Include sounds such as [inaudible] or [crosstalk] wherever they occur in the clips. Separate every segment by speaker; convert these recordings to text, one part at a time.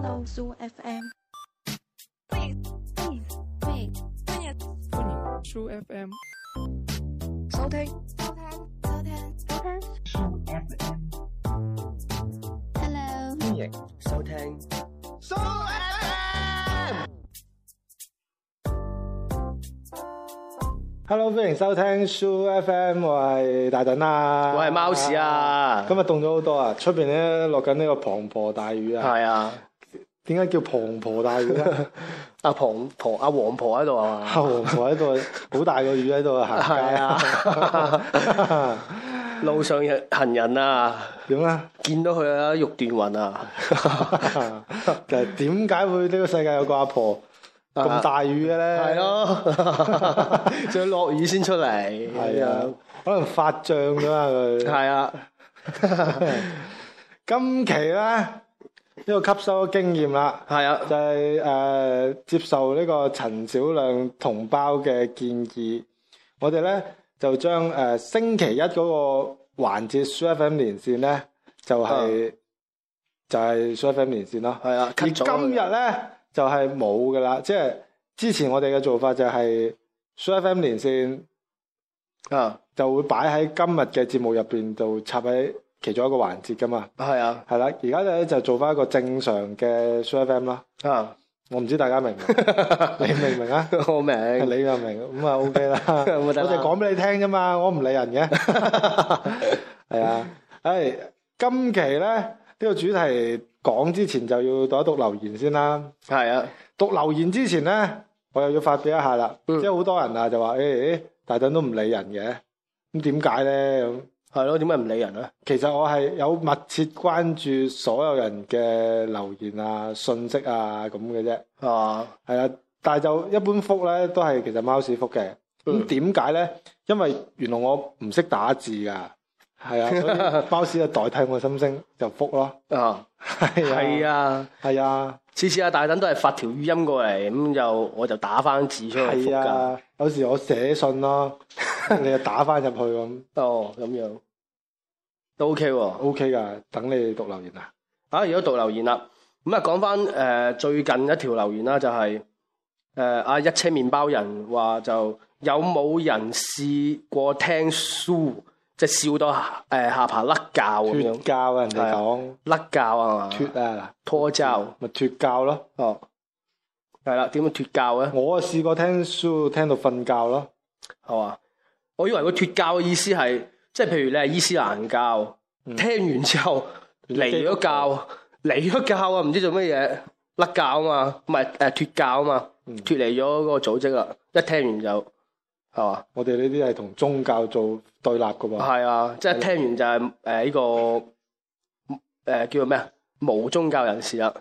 Speaker 1: FM。
Speaker 2: 歡迎 True FM
Speaker 3: 收聽
Speaker 1: Hello，
Speaker 3: 歡迎收聽 So FM。
Speaker 4: Hello，歡迎收聽 Soo FM，我係大躉啊，
Speaker 3: 我係貓屎啊
Speaker 4: 今日凍咗好多啊，出邊咧落緊呢個滂沱大雨啊。
Speaker 3: 係啊，
Speaker 4: 點解叫滂沱大啊雨咧？
Speaker 3: [laughs] 阿婆婆阿黃婆喺度啊嘛，
Speaker 4: 滂沱喺度，好大個雨喺
Speaker 3: [laughs]
Speaker 4: 度行街
Speaker 3: 係
Speaker 4: 啊！ [laughs]
Speaker 3: 路上行人啊，
Speaker 4: 點咧？
Speaker 3: 見到佢啊，肉斷雲啊，
Speaker 4: [laughs] 就係點解會呢個世界有個阿婆
Speaker 3: 啊
Speaker 4: 咁大雨嘅咧？
Speaker 3: 係，咯，
Speaker 4: [laughs]
Speaker 3: 仲要落雨先出嚟，
Speaker 4: 係啊，，可能發脹㗎嘛佢。
Speaker 3: 係啊，
Speaker 4: [laughs] 今期咧呢、呢個吸收經驗啦。
Speaker 3: 係啊，
Speaker 4: 就係、呃接受呢個陳小亮同胞嘅建議，我哋咧就將誒、呃星期一嗰個環節 s f m 連線咧，就係、就係 s f m 連線咯。
Speaker 3: 啊係
Speaker 4: 而
Speaker 3: 啊 cut 咗佢
Speaker 4: 今日咧就係冇噶啦，即係之前我哋嘅做法就係 s f m 連線
Speaker 3: 啊，
Speaker 4: 就會擺喺今日嘅節目入邊，就插喺其中一個環節噶嘛。
Speaker 3: 係啊，
Speaker 4: 係啦，而家咧就做翻一個正常嘅 s f m 啦。
Speaker 3: 啊，
Speaker 4: 我唔知大家 [laughs] 明唔明，你明唔明啊？
Speaker 3: 我明，
Speaker 4: 你又明， [laughs] 咁啊 OK 啦。
Speaker 3: 冇
Speaker 4: 我
Speaker 3: 得
Speaker 4: 就
Speaker 3: 啦
Speaker 4: 講俾你聽啫嘛，我唔理 [laughs] 人嘅。係啊，誒，今期咧呢個主題講之前就要讀一讀留言先啦。
Speaker 3: 係啊，
Speaker 4: 讀留言之前咧，我又要發表一下啦。
Speaker 3: 嗯
Speaker 4: 即係好多人啊，就話誒，大等都唔理人嘅，咁點解咧？咁
Speaker 3: 係咯，點解唔理人啊？
Speaker 4: 其實我係有密切關注所有人嘅留言啊、信息啊咁嘅啫。
Speaker 3: 啊，
Speaker 4: 係啊，但係就一般覆咧都係其實貓屎覆嘅。咁點解咧？因為原來我唔識打字㗎，係啊，所以貓屎就代替我心聲就覆咯。
Speaker 3: 啊，
Speaker 4: 係
Speaker 3: 係
Speaker 4: 啊，
Speaker 3: 啊。
Speaker 4: 係啊，
Speaker 3: 次次阿大等都係發條語音過嚟，咁就我就打翻字出去覆
Speaker 4: 係
Speaker 3: 㗎。
Speaker 4: 啊，有時我寫信咯，你就打翻入去咁
Speaker 3: 哦，咁樣都 OK 喎。
Speaker 4: ，OK 㗎。等你讀留言啊。
Speaker 3: 啊，而家讀留言啦。咁啊，講翻誒最近一條留言啦，就係誒阿一車麵包人話就有冇人試過聽書，即係笑到誒、呃下巴甩教
Speaker 4: 脱
Speaker 3: 咁樣，
Speaker 4: 教啊，人哋講
Speaker 3: 甩教啊嘛，
Speaker 4: 脱啊，
Speaker 3: 拖膠
Speaker 4: 嗱，咪脱教咯。
Speaker 3: 哦，係啦，點樣脱教咧？
Speaker 4: 我啊試過聽書聽到瞓覺咯，
Speaker 3: 係嘛？我以為佢脱教嘅意思係，即係譬如你係伊斯蘭教，聽完之後離咗教，離咗教啊，唔知做乜嘢，甩教啊嘛，唔係誒脱教啊嘛，脱離咗嗰個組織啦，一聽完就係嘛，
Speaker 4: 我哋呢啲係同宗教做對立㗎喎。
Speaker 3: 係啊，即係聽完就係誒呢個誒、呃叫做咩啊，無宗教人士啦。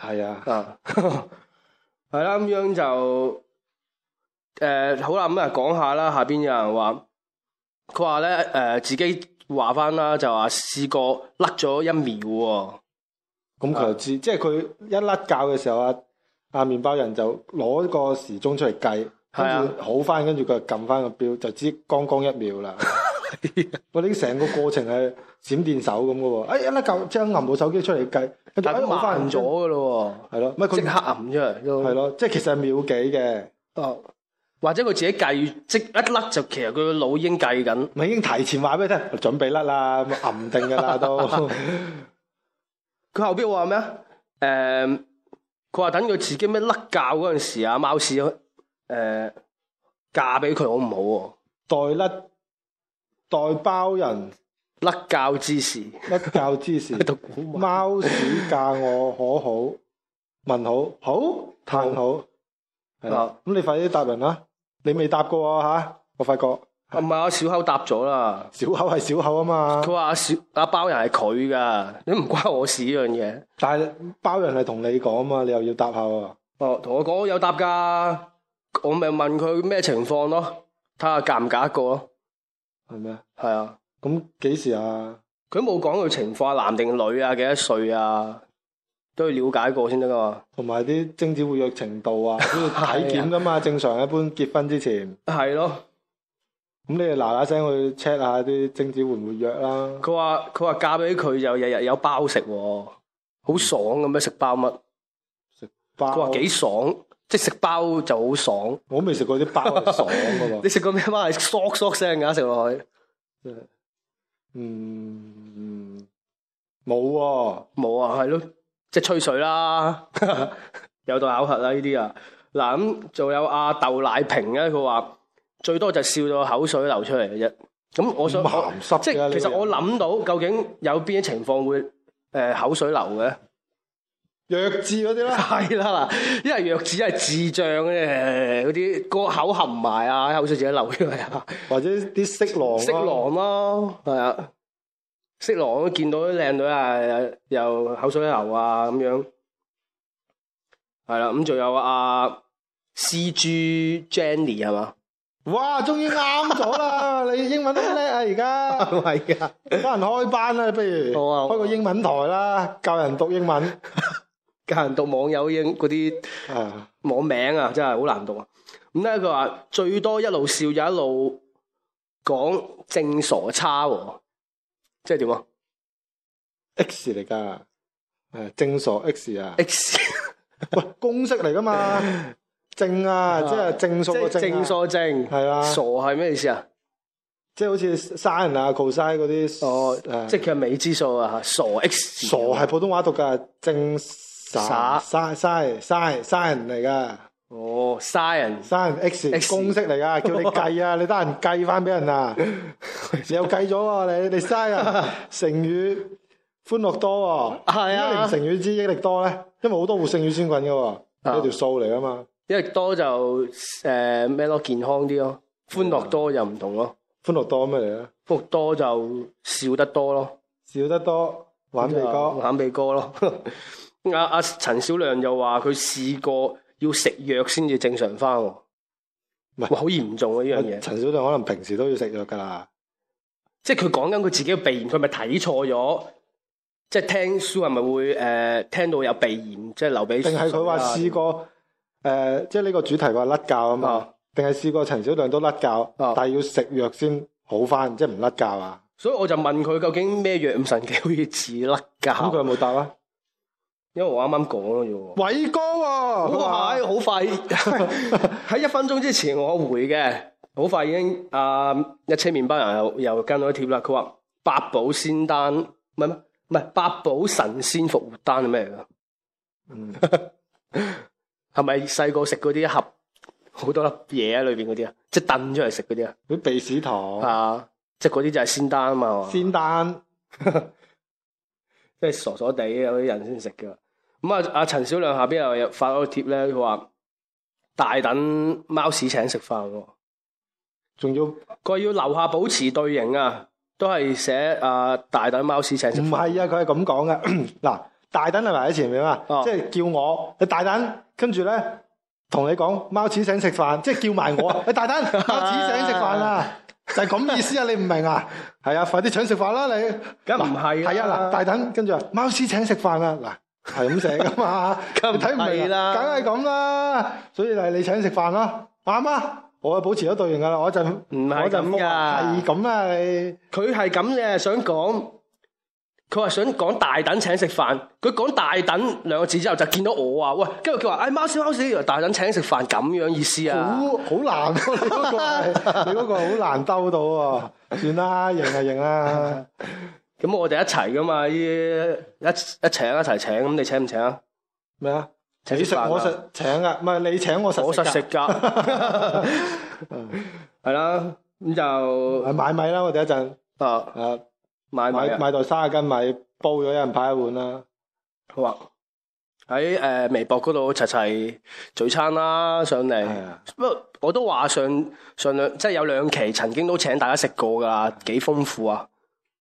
Speaker 4: 係啊，
Speaker 3: 啊， [laughs] 係啦，咁樣就誒、好啦，咁啊講下啦。下邊有人話，佢話咧誒自己話翻啦，就話試過甩咗一秒喎、
Speaker 4: 咁
Speaker 3: 啊
Speaker 4: 佢就知，即係佢一甩教嘅時候啊，阿麵包人就攞個時鐘出嚟計，
Speaker 3: 係啊
Speaker 4: 跟住好翻，跟住佢就撳翻個表，就知剛剛一秒啦。
Speaker 3: 啊
Speaker 4: 我哋成個過程係閃電手咁嘅喎，哎一甩教即刻揞部手機出嚟計，跟住
Speaker 3: 但
Speaker 4: 哎
Speaker 3: 係
Speaker 4: 好翻
Speaker 3: 慢咗，噶咯
Speaker 4: 係咯，唔係
Speaker 3: 喎，即刻
Speaker 4: 佢
Speaker 3: 揞出嚟都
Speaker 4: 係咯，即係其實係秒幾嘅，
Speaker 3: 哦，或者佢自己計，即一甩就其實佢個腦已經計緊。
Speaker 4: 咪已經提前話俾你聽，準備甩啦，咁揞定㗎啦都，
Speaker 3: [laughs] 佢後邊話咩啊？誒、佢話等佢自己咩甩教嗰陣時啊，貓屎誒、嫁俾佢好唔好喎、
Speaker 4: 代甩代包人
Speaker 3: 甩教之時，
Speaker 4: 甩教之
Speaker 3: [laughs]
Speaker 4: 時。[laughs]
Speaker 3: 讀古文
Speaker 4: 貓屎嫁我可好？ [laughs] 問好，好，嘆好，係啦
Speaker 3: 啊。
Speaker 4: 咁你快啲答人啦，你未答過我吓，我發覺
Speaker 3: 唔係 [laughs] 阿小口答咗啦。
Speaker 4: 小口係小口啊嘛
Speaker 3: 佢。話阿小阿包人係佢噶，你唔關我事呢樣嘢。
Speaker 4: 但係包人係同你講啊嘛，你又要答下喎。
Speaker 3: 哦，同我講有答噶，我咪問佢咩情況咯，睇下嫁唔嫁得過咯。
Speaker 4: 係咩？
Speaker 3: 係啊，
Speaker 4: 咁幾時啊？
Speaker 3: 佢冇講佢情況男定女啊，幾多歲啊，都要了解過先得噶嘛。
Speaker 4: 同埋啲精子活躍程度
Speaker 3: [laughs]
Speaker 4: 啊，都要體檢噶嘛。
Speaker 3: 啊
Speaker 4: 正常一般結婚之前，
Speaker 3: 係咯，
Speaker 4: 咁你就嗱嗱聲去 check 下啲精子活唔活躍啦。
Speaker 3: 佢話佢話嫁俾佢就日日有包食喎，好爽咁樣食包乜？
Speaker 4: 食包，
Speaker 3: 佢話幾爽，即係食包就好爽。
Speaker 4: 我未食過啲包係爽噶
Speaker 3: 你
Speaker 4: 喎。
Speaker 3: 食過咩包係嗦嗦聲㗎？食落去
Speaker 4: 嗯，冇喎、
Speaker 3: 冇啊，係咯，即係吹水啦， [laughs] 有待考核啦呢啲啊。嗱咁仲有阿豆奶瓶咧，佢話最多就笑到口水流出嚟嘅啫。咁我想
Speaker 4: 咁
Speaker 3: 我
Speaker 4: 鹹濕嘅
Speaker 3: 即係其實
Speaker 4: 呢個人
Speaker 3: 我諗到究竟有邊啲情況會誒、呃口水流嘅？
Speaker 4: 弱智嗰啲
Speaker 3: [laughs]
Speaker 4: 啦，
Speaker 3: 係啦，嗱，因為弱智係智障嘅，嗰啲個口含埋啊，口水自己流出嚟啊，
Speaker 4: 或者啲色狼、啊
Speaker 3: 色狼，咯，係啊，色狼都見到啲靚女啊，又口水流啊咁樣，係啦，咁仲有啊 C G Jenny 係嘛？
Speaker 4: 哇！終於啱咗
Speaker 3: [laughs]
Speaker 4: 啦！你英文都叻啊，而家
Speaker 3: 唔係噶，
Speaker 4: 得閒開班啦，不如
Speaker 3: Oh 好啊好啊
Speaker 4: 開個英文台啦，教人讀英文。
Speaker 3: 教人讀網友英嗰啲
Speaker 4: 啊，
Speaker 3: 網名 [laughs] 啊，真係好難讀啊。咁咧佢話最多一路笑就一路講正傻叉喎，即係點啊？
Speaker 4: X 嚟噶，誒正傻 X 啊，
Speaker 3: X
Speaker 4: 喂公式嚟噶嘛，正
Speaker 3: [laughs]
Speaker 4: 啊，即係正數
Speaker 3: 即
Speaker 4: 個
Speaker 3: 係
Speaker 4: 正啊
Speaker 3: 正，數正，
Speaker 4: 係啊
Speaker 3: 傻係咩意思啊？
Speaker 4: 即係好似 sin 啊、cos 嗰啲，
Speaker 3: 哦，即
Speaker 4: 即
Speaker 3: 係佢係未知數啊，傻 X
Speaker 4: 呃
Speaker 3: 啊
Speaker 4: 傻係普通話讀噶，正
Speaker 3: 耍
Speaker 4: 傻 sin sin sin sin 嚟噶
Speaker 3: 哦，science
Speaker 4: ，sin X
Speaker 3: X
Speaker 4: 公式嚟噶，叫
Speaker 3: [laughs]
Speaker 4: 你計啊，你得閒計翻俾人啊，你又計咗喎，你
Speaker 3: [laughs]
Speaker 4: 你 sin 啊，成語歡樂多喎，
Speaker 3: 係
Speaker 4: 點解你唔
Speaker 3: 啊，
Speaker 4: 成語之益力多咧，因為好多戶成語先滾噶喎，
Speaker 3: 啊
Speaker 4: 有條數嚟噶嘛。
Speaker 3: 因為多就誒咩咯，健康啲咯，歡樂多就唔同咯，
Speaker 4: 歡樂多咩嚟咧？
Speaker 3: 歡樂多就笑得多咯，
Speaker 4: 笑得多，玩鼻哥，
Speaker 3: 眼鼻哥咯。 [laughs] 阿阿陳小亮又話佢試過要食藥先至正常翻喎，
Speaker 4: 唔係
Speaker 3: 哇，好嚴重啊呢樣嘢！
Speaker 4: 陳小亮可能平時都要食藥㗎啦。
Speaker 3: 即係佢講緊佢自己嘅鼻炎，佢咪睇錯咗，即係聽 Sue 係咪會誒、呃、聽到有鼻炎，即係流鼻水
Speaker 4: 定
Speaker 3: 啊？
Speaker 4: 係佢話試過誒、呃即係呢個主題話甩教啊嘛
Speaker 3: 啊？
Speaker 4: 定係試過陳小亮都甩教，
Speaker 3: 啊
Speaker 4: 但係要食藥先好翻，即係唔甩教啊？
Speaker 3: 所以我就問佢究竟咩藥咁神奇好似似甩
Speaker 4: 咁佢
Speaker 3: 膠？
Speaker 4: 有冇答啊？
Speaker 3: 因為我啱啱講咯啫
Speaker 4: 偉哥喎、
Speaker 3: 喎。
Speaker 4: 佢話
Speaker 3: 好快， [laughs] 喺一分鐘之前我回嘅，好快已經啊、一車麵包人又又跟咗貼啦。佢話八寶仙丹唔係咩唔係八寶神仙復活丹係咩嚟㗎？
Speaker 4: 嗯
Speaker 3: [laughs] 係咪細個食嗰啲盒好多粒嘢喺裏邊嗰啲啊？即係燉出嚟食嗰啲啊？
Speaker 4: 啲鼻屎糖、
Speaker 3: 啊，即係嗰啲就係仙丹啊嘛，係嘛
Speaker 4: 仙丹，
Speaker 3: 即係傻傻地有啲人先食噶。咁啊，阿陳小亮下邊又有發咗個貼咧，佢話大等貓屎請食飯喎，
Speaker 4: 仲要唔
Speaker 3: 佢話要留下保持隊形啊，都係寫啊大等貓屎請食飯。
Speaker 4: 係啊？佢係咁講嘅。嗱，大等係埋喺前面啊嘛，
Speaker 3: 哦
Speaker 4: 即係叫我你大等，跟住咧。同你講，貓屎醒食飯，即係叫埋我。你大 [laughs] 丹，貓屎醒食飯啊，就係咁意思啊！你唔明 [laughs] 啊？係啊，快啲請食飯啦你。
Speaker 3: 梗唔係啦
Speaker 4: 係啊嗱，大等跟住話貓屎請食飯啊嗱，係咁寫噶嘛？
Speaker 3: [laughs] 梗唔
Speaker 4: 你睇唔
Speaker 3: 係
Speaker 4: 明啊
Speaker 3: 啦
Speaker 4: 梗係咁啦。所以就係你請食飯啦，啱啊！我啊保持咗隊形噶啦，我一陣
Speaker 3: 唔係
Speaker 4: 我一陣
Speaker 3: 咁
Speaker 4: 覆啊
Speaker 3: 㗎
Speaker 4: 係咁啦你。
Speaker 3: 佢係咁嘅，想講佢話想講大等請食飯，佢講大等兩個字之後就見到我啊，喂，跟住佢話唉貓屎貓屎，原來大等請食飯咁樣意思
Speaker 4: 好
Speaker 3: 啊。
Speaker 4: 好難喎、你嗰個係你嗰個好難兜到喎、算啦，認啊認啦，
Speaker 3: 咁我哋一齊噶嘛，依一一請一齊請，咁你請唔請啊？
Speaker 4: 咩啊？
Speaker 3: 請
Speaker 4: 你食
Speaker 3: 食飯啊
Speaker 4: 我實請啊，唔係你請我實
Speaker 3: 我實食
Speaker 4: 㗎，
Speaker 3: 㗎，係啦，咁就
Speaker 4: 係 [laughs] 買米啦，我哋一陣
Speaker 3: 啊
Speaker 4: 啊
Speaker 3: 買米
Speaker 4: 買
Speaker 3: 啊，
Speaker 4: 買袋三十斤米，煲咗一人派一碗啦。
Speaker 3: 好啊！喺誒微博嗰度齊齊聚餐啦，上嚟
Speaker 4: 係啊。
Speaker 3: 不過我都話上上兩即係有兩期曾經都請大家食過㗎啦，幾豐富啊，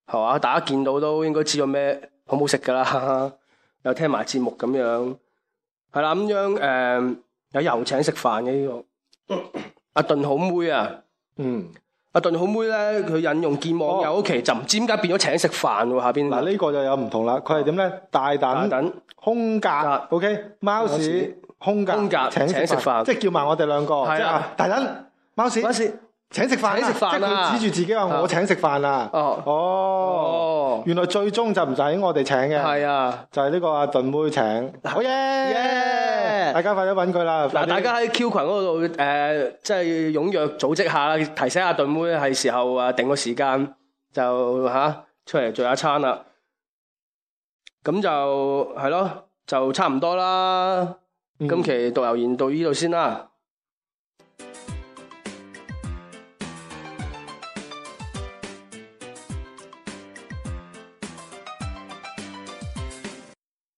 Speaker 3: 係嘛？大家見到都應該知道咩好唔好食㗎啦， [laughs] 又聽埋節目咁樣，係啦咁樣誒、有油請食飯嘅呢個
Speaker 4: [laughs]
Speaker 3: 阿頓好妹啊！
Speaker 4: 嗯，
Speaker 3: 阿頓好妹咧，佢引用見網友嗰期就唔知點解變咗請食飯喎，下邊
Speaker 4: 哦嗱呢個就有唔同啦，佢係點咧？大
Speaker 3: 大
Speaker 4: 等
Speaker 3: 等
Speaker 4: 空格
Speaker 3: 格
Speaker 4: ，OK，貓
Speaker 3: 貓
Speaker 4: 屎
Speaker 3: 屎
Speaker 4: 空格
Speaker 3: 空格
Speaker 4: 請
Speaker 3: 請食
Speaker 4: 飯，
Speaker 3: 飯
Speaker 4: 即係叫埋我哋兩個，啊
Speaker 3: 係啦
Speaker 4: 即係啊大等貓屎
Speaker 3: 嗰陣時
Speaker 4: 請食飯啊，
Speaker 3: 請食飯啊
Speaker 4: 即係佢指住自己話
Speaker 3: 啊
Speaker 4: 我請食飯啊。
Speaker 3: 哦
Speaker 4: 哦，
Speaker 3: 哦，
Speaker 4: 原來最終就唔係我哋請嘅，
Speaker 3: 係啊。
Speaker 4: 就係呢個阿頓妹請。好耶！
Speaker 3: 耶
Speaker 4: 大家快啲揾佢啦！快
Speaker 3: 嗱，
Speaker 4: 啲
Speaker 3: 大家喺 Q 群嗰度誒，呃即係踴躍組織下啦，提醒阿頓妹係時候啊，定個時間就吓、出嚟聚下餐啦。咁就係咯，就差唔多啦。
Speaker 4: 嗯
Speaker 3: 今期導遊言到呢度先啦，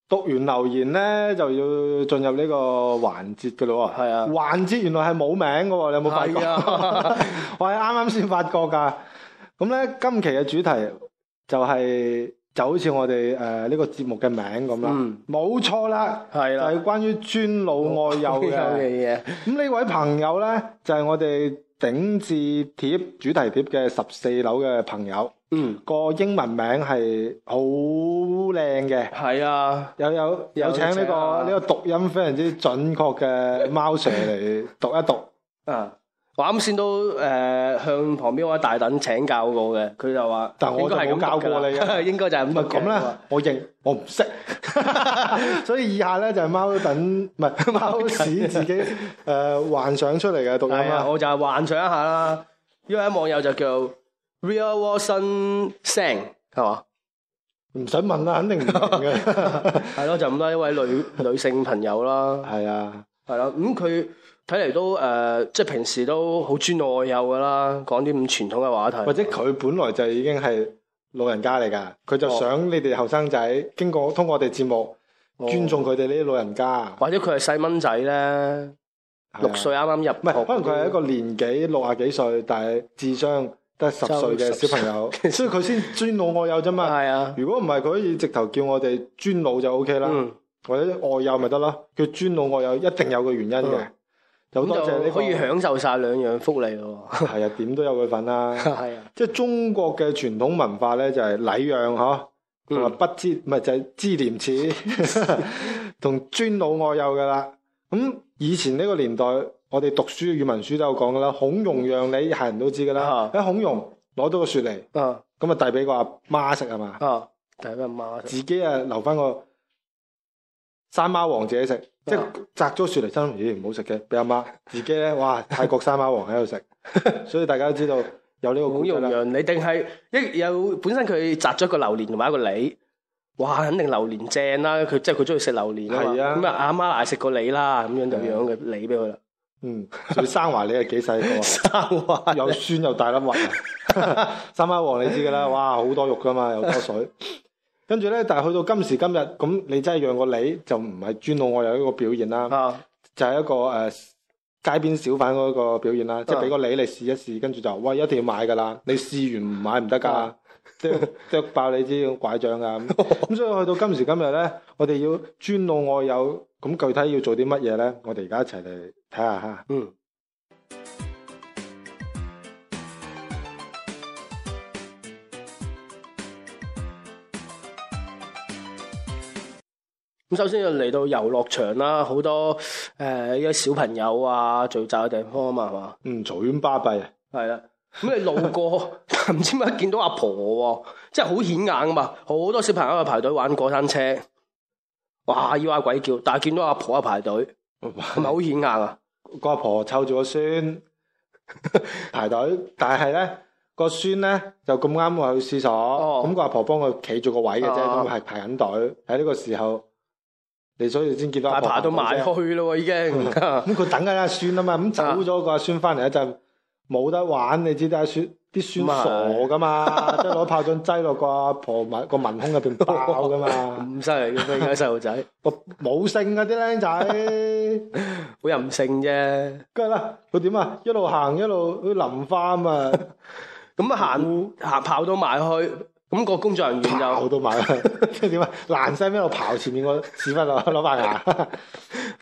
Speaker 4: 讀完留言咧，就要進入呢個環節嘅咯喎。
Speaker 3: 係啊
Speaker 4: 環節原來係冇名嘅喎，你有冇發覺？
Speaker 3: 係啊
Speaker 4: [laughs] 我係啱啱先發覺㗎。咁咧，今期嘅主題就係、就好似我哋誒呢個節目嘅名咁啦
Speaker 3: 嗯，
Speaker 4: 冇、錯啦，
Speaker 3: 係
Speaker 4: 就
Speaker 3: 啦
Speaker 4: 係關於尊老愛
Speaker 3: [laughs]
Speaker 4: 幼嘅。
Speaker 3: 嘅嘢，
Speaker 4: 咁呢位朋友咧，就係、我哋頂置貼主題貼嘅十四樓嘅朋友，
Speaker 3: 嗯，
Speaker 4: 個英文名係好靚嘅。
Speaker 3: 係啊，
Speaker 4: 有有有請呢、啊個呢、個讀音非常之準確嘅貓 Sir 嚟讀一讀。
Speaker 3: 啊，我啱先都誒、呃向旁邊嗰位大等請教過嘅，佢就話，
Speaker 4: 但我
Speaker 3: 應該係
Speaker 4: 就冇
Speaker 3: 咁
Speaker 4: 教
Speaker 3: 讀㗎
Speaker 4: 過你
Speaker 3: 啦 [laughs] 應該就係
Speaker 4: 咁
Speaker 3: 咁讀
Speaker 4: 咪
Speaker 3: 嘅
Speaker 4: 咁啊啦，，我認我唔識， [laughs] 所以以下咧就係貓等唔係 [laughs] 貓屎自 [laughs] 己誒、呃幻想出嚟嘅讀音
Speaker 3: 係啊，
Speaker 4: 啦。
Speaker 3: 我就係幻想一下啦。呢位網友就叫 Real Watson Sang 係嘛？
Speaker 4: 唔使問啦，肯 [laughs] 定唔明嘅。
Speaker 3: 係咯，就咁啦。呢位女 [laughs] 女性朋友啦，
Speaker 4: 係啊，
Speaker 3: 係啦。咁佢睇嚟都誒、呃即係平時都好尊老愛幼噶啦，講啲咁傳統嘅話題。
Speaker 4: 或者佢本來就已經係老人家嚟㗎，佢就想你哋後生仔經過通過我哋節目尊重佢哋呢啲老人家。
Speaker 3: 或者佢係細蚊仔咧，六歲啱啱入
Speaker 4: 唔係，
Speaker 3: 學
Speaker 4: 啊可能佢係一個年紀六啊幾歲，但係智商得十歲嘅小朋
Speaker 3: [laughs]
Speaker 4: 友，所以佢先尊老愛幼啫嘛。
Speaker 3: 係啊，
Speaker 4: 如果唔係，佢可以直頭叫我哋尊老就 O K 啦，
Speaker 3: 嗯，
Speaker 4: 或者愛幼咪得咯。佢尊老愛幼一定有個原因嘅
Speaker 3: 嗯，
Speaker 4: 有多謝
Speaker 3: 咁
Speaker 4: 呢個。
Speaker 3: 就可以享受晒兩樣福利咯
Speaker 4: [laughs] 係啊，點都有佢份
Speaker 3: [laughs]
Speaker 4: 啦。 [laughs]
Speaker 3: 係啊，
Speaker 4: 即係中國嘅傳統文化咧，就係禮讓嗬，同埋
Speaker 3: 嗯
Speaker 4: 不知唔係就係知廉
Speaker 3: [laughs]
Speaker 4: 恥，同尊老愛幼噶啦。咁以前呢個年代，我哋讀書語文書都有講噶啦，孔融讓梨，係人都知噶啦。
Speaker 3: 啊
Speaker 4: 喺孔融攞到個雪梨，
Speaker 3: 啊
Speaker 4: 咁啊遞俾個阿媽食係嘛，
Speaker 3: 啊，但係咩媽
Speaker 4: 自己啊留翻個山貓王自己食，即係
Speaker 3: 啊
Speaker 4: 摘咗雪梨真咦唔好食嘅，俾阿媽自己咧，哇泰國山貓王喺度食， [laughs] 所以大家都知道有呢個
Speaker 3: 好
Speaker 4: 古仔
Speaker 3: 容
Speaker 4: 啦。
Speaker 3: 讓你定係一有本身佢摘咗一個榴蓮同埋一個梨，哇！肯定榴蓮正啦，佢即係佢中意食榴蓮啊嘛
Speaker 4: 係啊
Speaker 3: 咁啊阿媽嚟食個梨啦，咁樣就養嘅梨俾佢啦。
Speaker 4: 嗯，仲要生華你係幾細個
Speaker 3: 生
Speaker 4: [laughs] 啊，
Speaker 3: [laughs] 話
Speaker 4: 又酸又大粒核啊，
Speaker 3: [laughs]
Speaker 4: 三媽王你知噶啦，哇好多肉噶嘛，又多水。跟住咧，但係去到今時今日，咁你真係讓個梨就唔係尊老愛幼一個表現啦，
Speaker 3: 啊，
Speaker 4: 就係一個誒、呃街邊小販嗰個表現
Speaker 3: 啊
Speaker 4: 啦，即係俾個梨你試一試，跟住就喂一定要買噶啦，你試完唔買唔得㗎
Speaker 3: 啊，
Speaker 4: 剁剁爆你支拐杖
Speaker 3: [laughs]
Speaker 4: 㗎咁。咁所以去到今時今日咧，我哋要尊老愛幼，咁具體要做啲乜嘢咧？我哋而家一齊嚟睇下嚇。
Speaker 3: 嗯，咁首先就嚟到遊樂場啦，好多誒依家小朋友啊聚集嘅地方啊嘛，係嘛？
Speaker 4: 嗯，嘈冤巴閉啊！
Speaker 3: 系啦，咁你路過， [laughs] 但唔知點解見到阿婆喎，即係好顯眼噶嘛，好多小朋友喺度排隊玩過山車，哇要嗌鬼叫，但係見到阿婆喺度排隊，係咪好顯眼啊？
Speaker 4: 個阿婆湊住個孫 [laughs] 排隊，但係咧個孫咧就咁啱話去廁所，
Speaker 3: 哦
Speaker 4: 咁個阿婆幫佢企住個位嘅啫，
Speaker 3: 哦
Speaker 4: 咁係排緊隊。喺呢個時候，你所以
Speaker 3: [laughs]
Speaker 4: 先見到阿
Speaker 3: 但係
Speaker 4: 婆
Speaker 3: 爬到
Speaker 4: [laughs]
Speaker 3: 埋
Speaker 4: 排隊啫
Speaker 3: 去咯喎，已經 [laughs]
Speaker 4: 咁佢等緊阿孫啊嘛，咁走咗個阿孫翻嚟一陣冇得玩，你知得阿孫啲
Speaker 3: 啊
Speaker 4: 孫傻噶嘛，
Speaker 3: [laughs]
Speaker 4: 即係攞炮仗擠落個阿婆文個文胸入邊爆噶
Speaker 3: [laughs]
Speaker 4: 嘛，
Speaker 3: 咁犀利嘅咩？而家細路仔
Speaker 4: 個冇性嗰啲僆仔。
Speaker 3: 好任性啫，
Speaker 4: 梗係啦，佢點啊？一路行一路去淋花啊 [laughs] 嘛，
Speaker 3: 咁啊
Speaker 4: 嗯
Speaker 3: 行行跑到埋去，咁個工作人員
Speaker 4: 刨
Speaker 3: 就
Speaker 4: 到埋，跟住 [laughs] 點啊？爛西喺度刨前面個屎忽度 [laughs] 攞埋牙，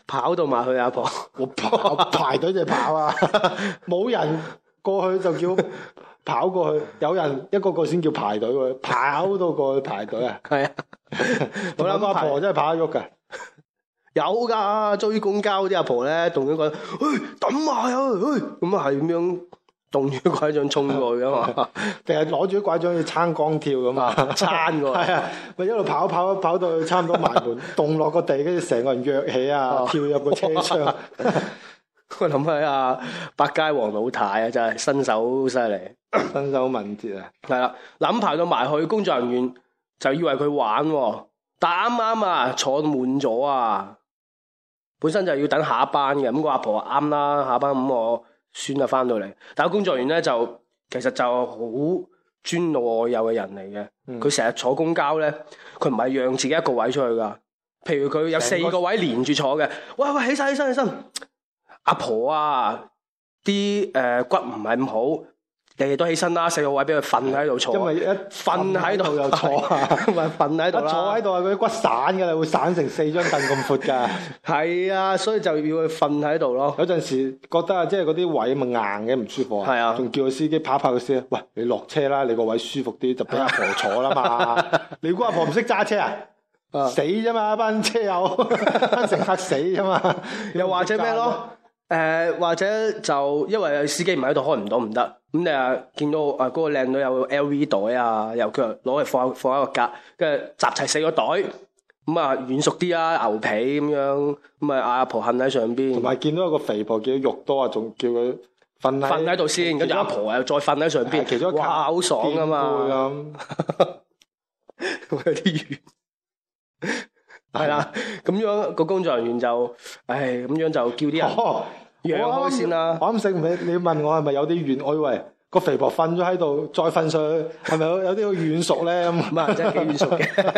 Speaker 3: 跑到埋去阿婆，
Speaker 4: 我跑排隊就跑啊！ [laughs] 冇人過去就叫 [laughs] 跑過去，有人一個個先叫排隊喎，跑到過去排隊 [laughs] 啊！
Speaker 3: 係啊，
Speaker 4: 我諗阿
Speaker 3: 排
Speaker 4: 婆真係跑得喐㗎，
Speaker 3: 有哎噶，追公交啲阿婆咧，仲要講，去抌埋啊，去咁啊，係咁樣棟住拐杖衝過去噶嘛， [laughs]
Speaker 4: 定係攞住啲拐杖要撐光跳咁啊？
Speaker 3: 撐過
Speaker 4: [laughs] 係
Speaker 3: 去。
Speaker 4: 啊，咪一路跑跑跑到差唔多埋 [laughs] 門，凍落個地，跟住成個人躍起啊
Speaker 3: 哦，
Speaker 4: 跳入個車 [laughs] 窗。
Speaker 3: 我諗起阿百佳王老太啊，真係身手好犀利。
Speaker 4: 身手敏捷啊！
Speaker 3: 係啦，嗱咁排到埋去，工作人員就以為佢玩、喎，但啱啱啊坐滿咗啊，本身就要等下一班嘅，咁、個阿婆話啱啦，下班咁我孫啊翻到嚟，但係工作人員咧就其實就好尊老愛幼嘅人嚟
Speaker 4: 嗯
Speaker 3: 嘅，佢成日坐公交咧，佢唔係讓自己一個位出去噶，譬如佢有四
Speaker 4: 成個
Speaker 3: 個位連住坐嘅，喂喂起身起身起身，阿婆啊啲誒、呃骨唔係咁好。日日都起身啦，四個位俾佢瞓喺度坐，
Speaker 4: 因為一
Speaker 3: 瞓喺度
Speaker 4: 又坐啊，
Speaker 3: 咪瞓 [laughs] 喺
Speaker 4: 一
Speaker 3: 度
Speaker 4: 坐
Speaker 3: 啦
Speaker 4: 喺度啊，佢啲骨散噶啦，會散成四張凳咁闊㗎。
Speaker 3: 係啊，所以就要佢瞓喺度咯。
Speaker 4: 有陣時覺得啊，即係嗰啲位咪硬嘅唔舒服
Speaker 3: 係啊
Speaker 4: 仲叫個司機拍一拍佢先，喂，你落車啦，你個位舒服啲就俾阿婆坐啦
Speaker 3: [laughs]
Speaker 4: 嘛。你估阿婆唔識揸車啊？
Speaker 3: 啊
Speaker 4: 死啫嘛，班車
Speaker 3: [laughs]
Speaker 4: 友，班乘客死啫嘛。
Speaker 3: 又或者咩咯？誒、或者就因為司機唔喺度開唔到唔得，咁你啊見到啊嗰、個靚女有 LV 袋啊，由佢攞嚟放放一個格，跟住集齊四個袋，咁啊軟熟啲啊，牛皮咁樣，咁啊阿婆瞓喺上
Speaker 4: 同
Speaker 3: 邊，
Speaker 4: 埋見到有個肥婆叫肉多啊，仲叫佢瞓
Speaker 3: 瞓喺度先，跟住阿婆啊又再瞓喺上邊，
Speaker 4: 其中一格
Speaker 3: 哇好爽噶
Speaker 4: 見
Speaker 3: 嘛，
Speaker 4: 佢咁
Speaker 3: 有啲軟。係啦，咁樣個工作人員就，唉，咁樣就叫
Speaker 4: [laughs]
Speaker 3: 啲人。
Speaker 4: 哦，
Speaker 3: 養開先啦
Speaker 4: 我啱食唔起，你問我係咪有啲軟？我以為個肥婆瞓咗喺度，再瞓上去，係咪有有啲好軟熟咧？咁
Speaker 3: 咁啊，真係幾軟
Speaker 4: [laughs]
Speaker 3: 熟嘅。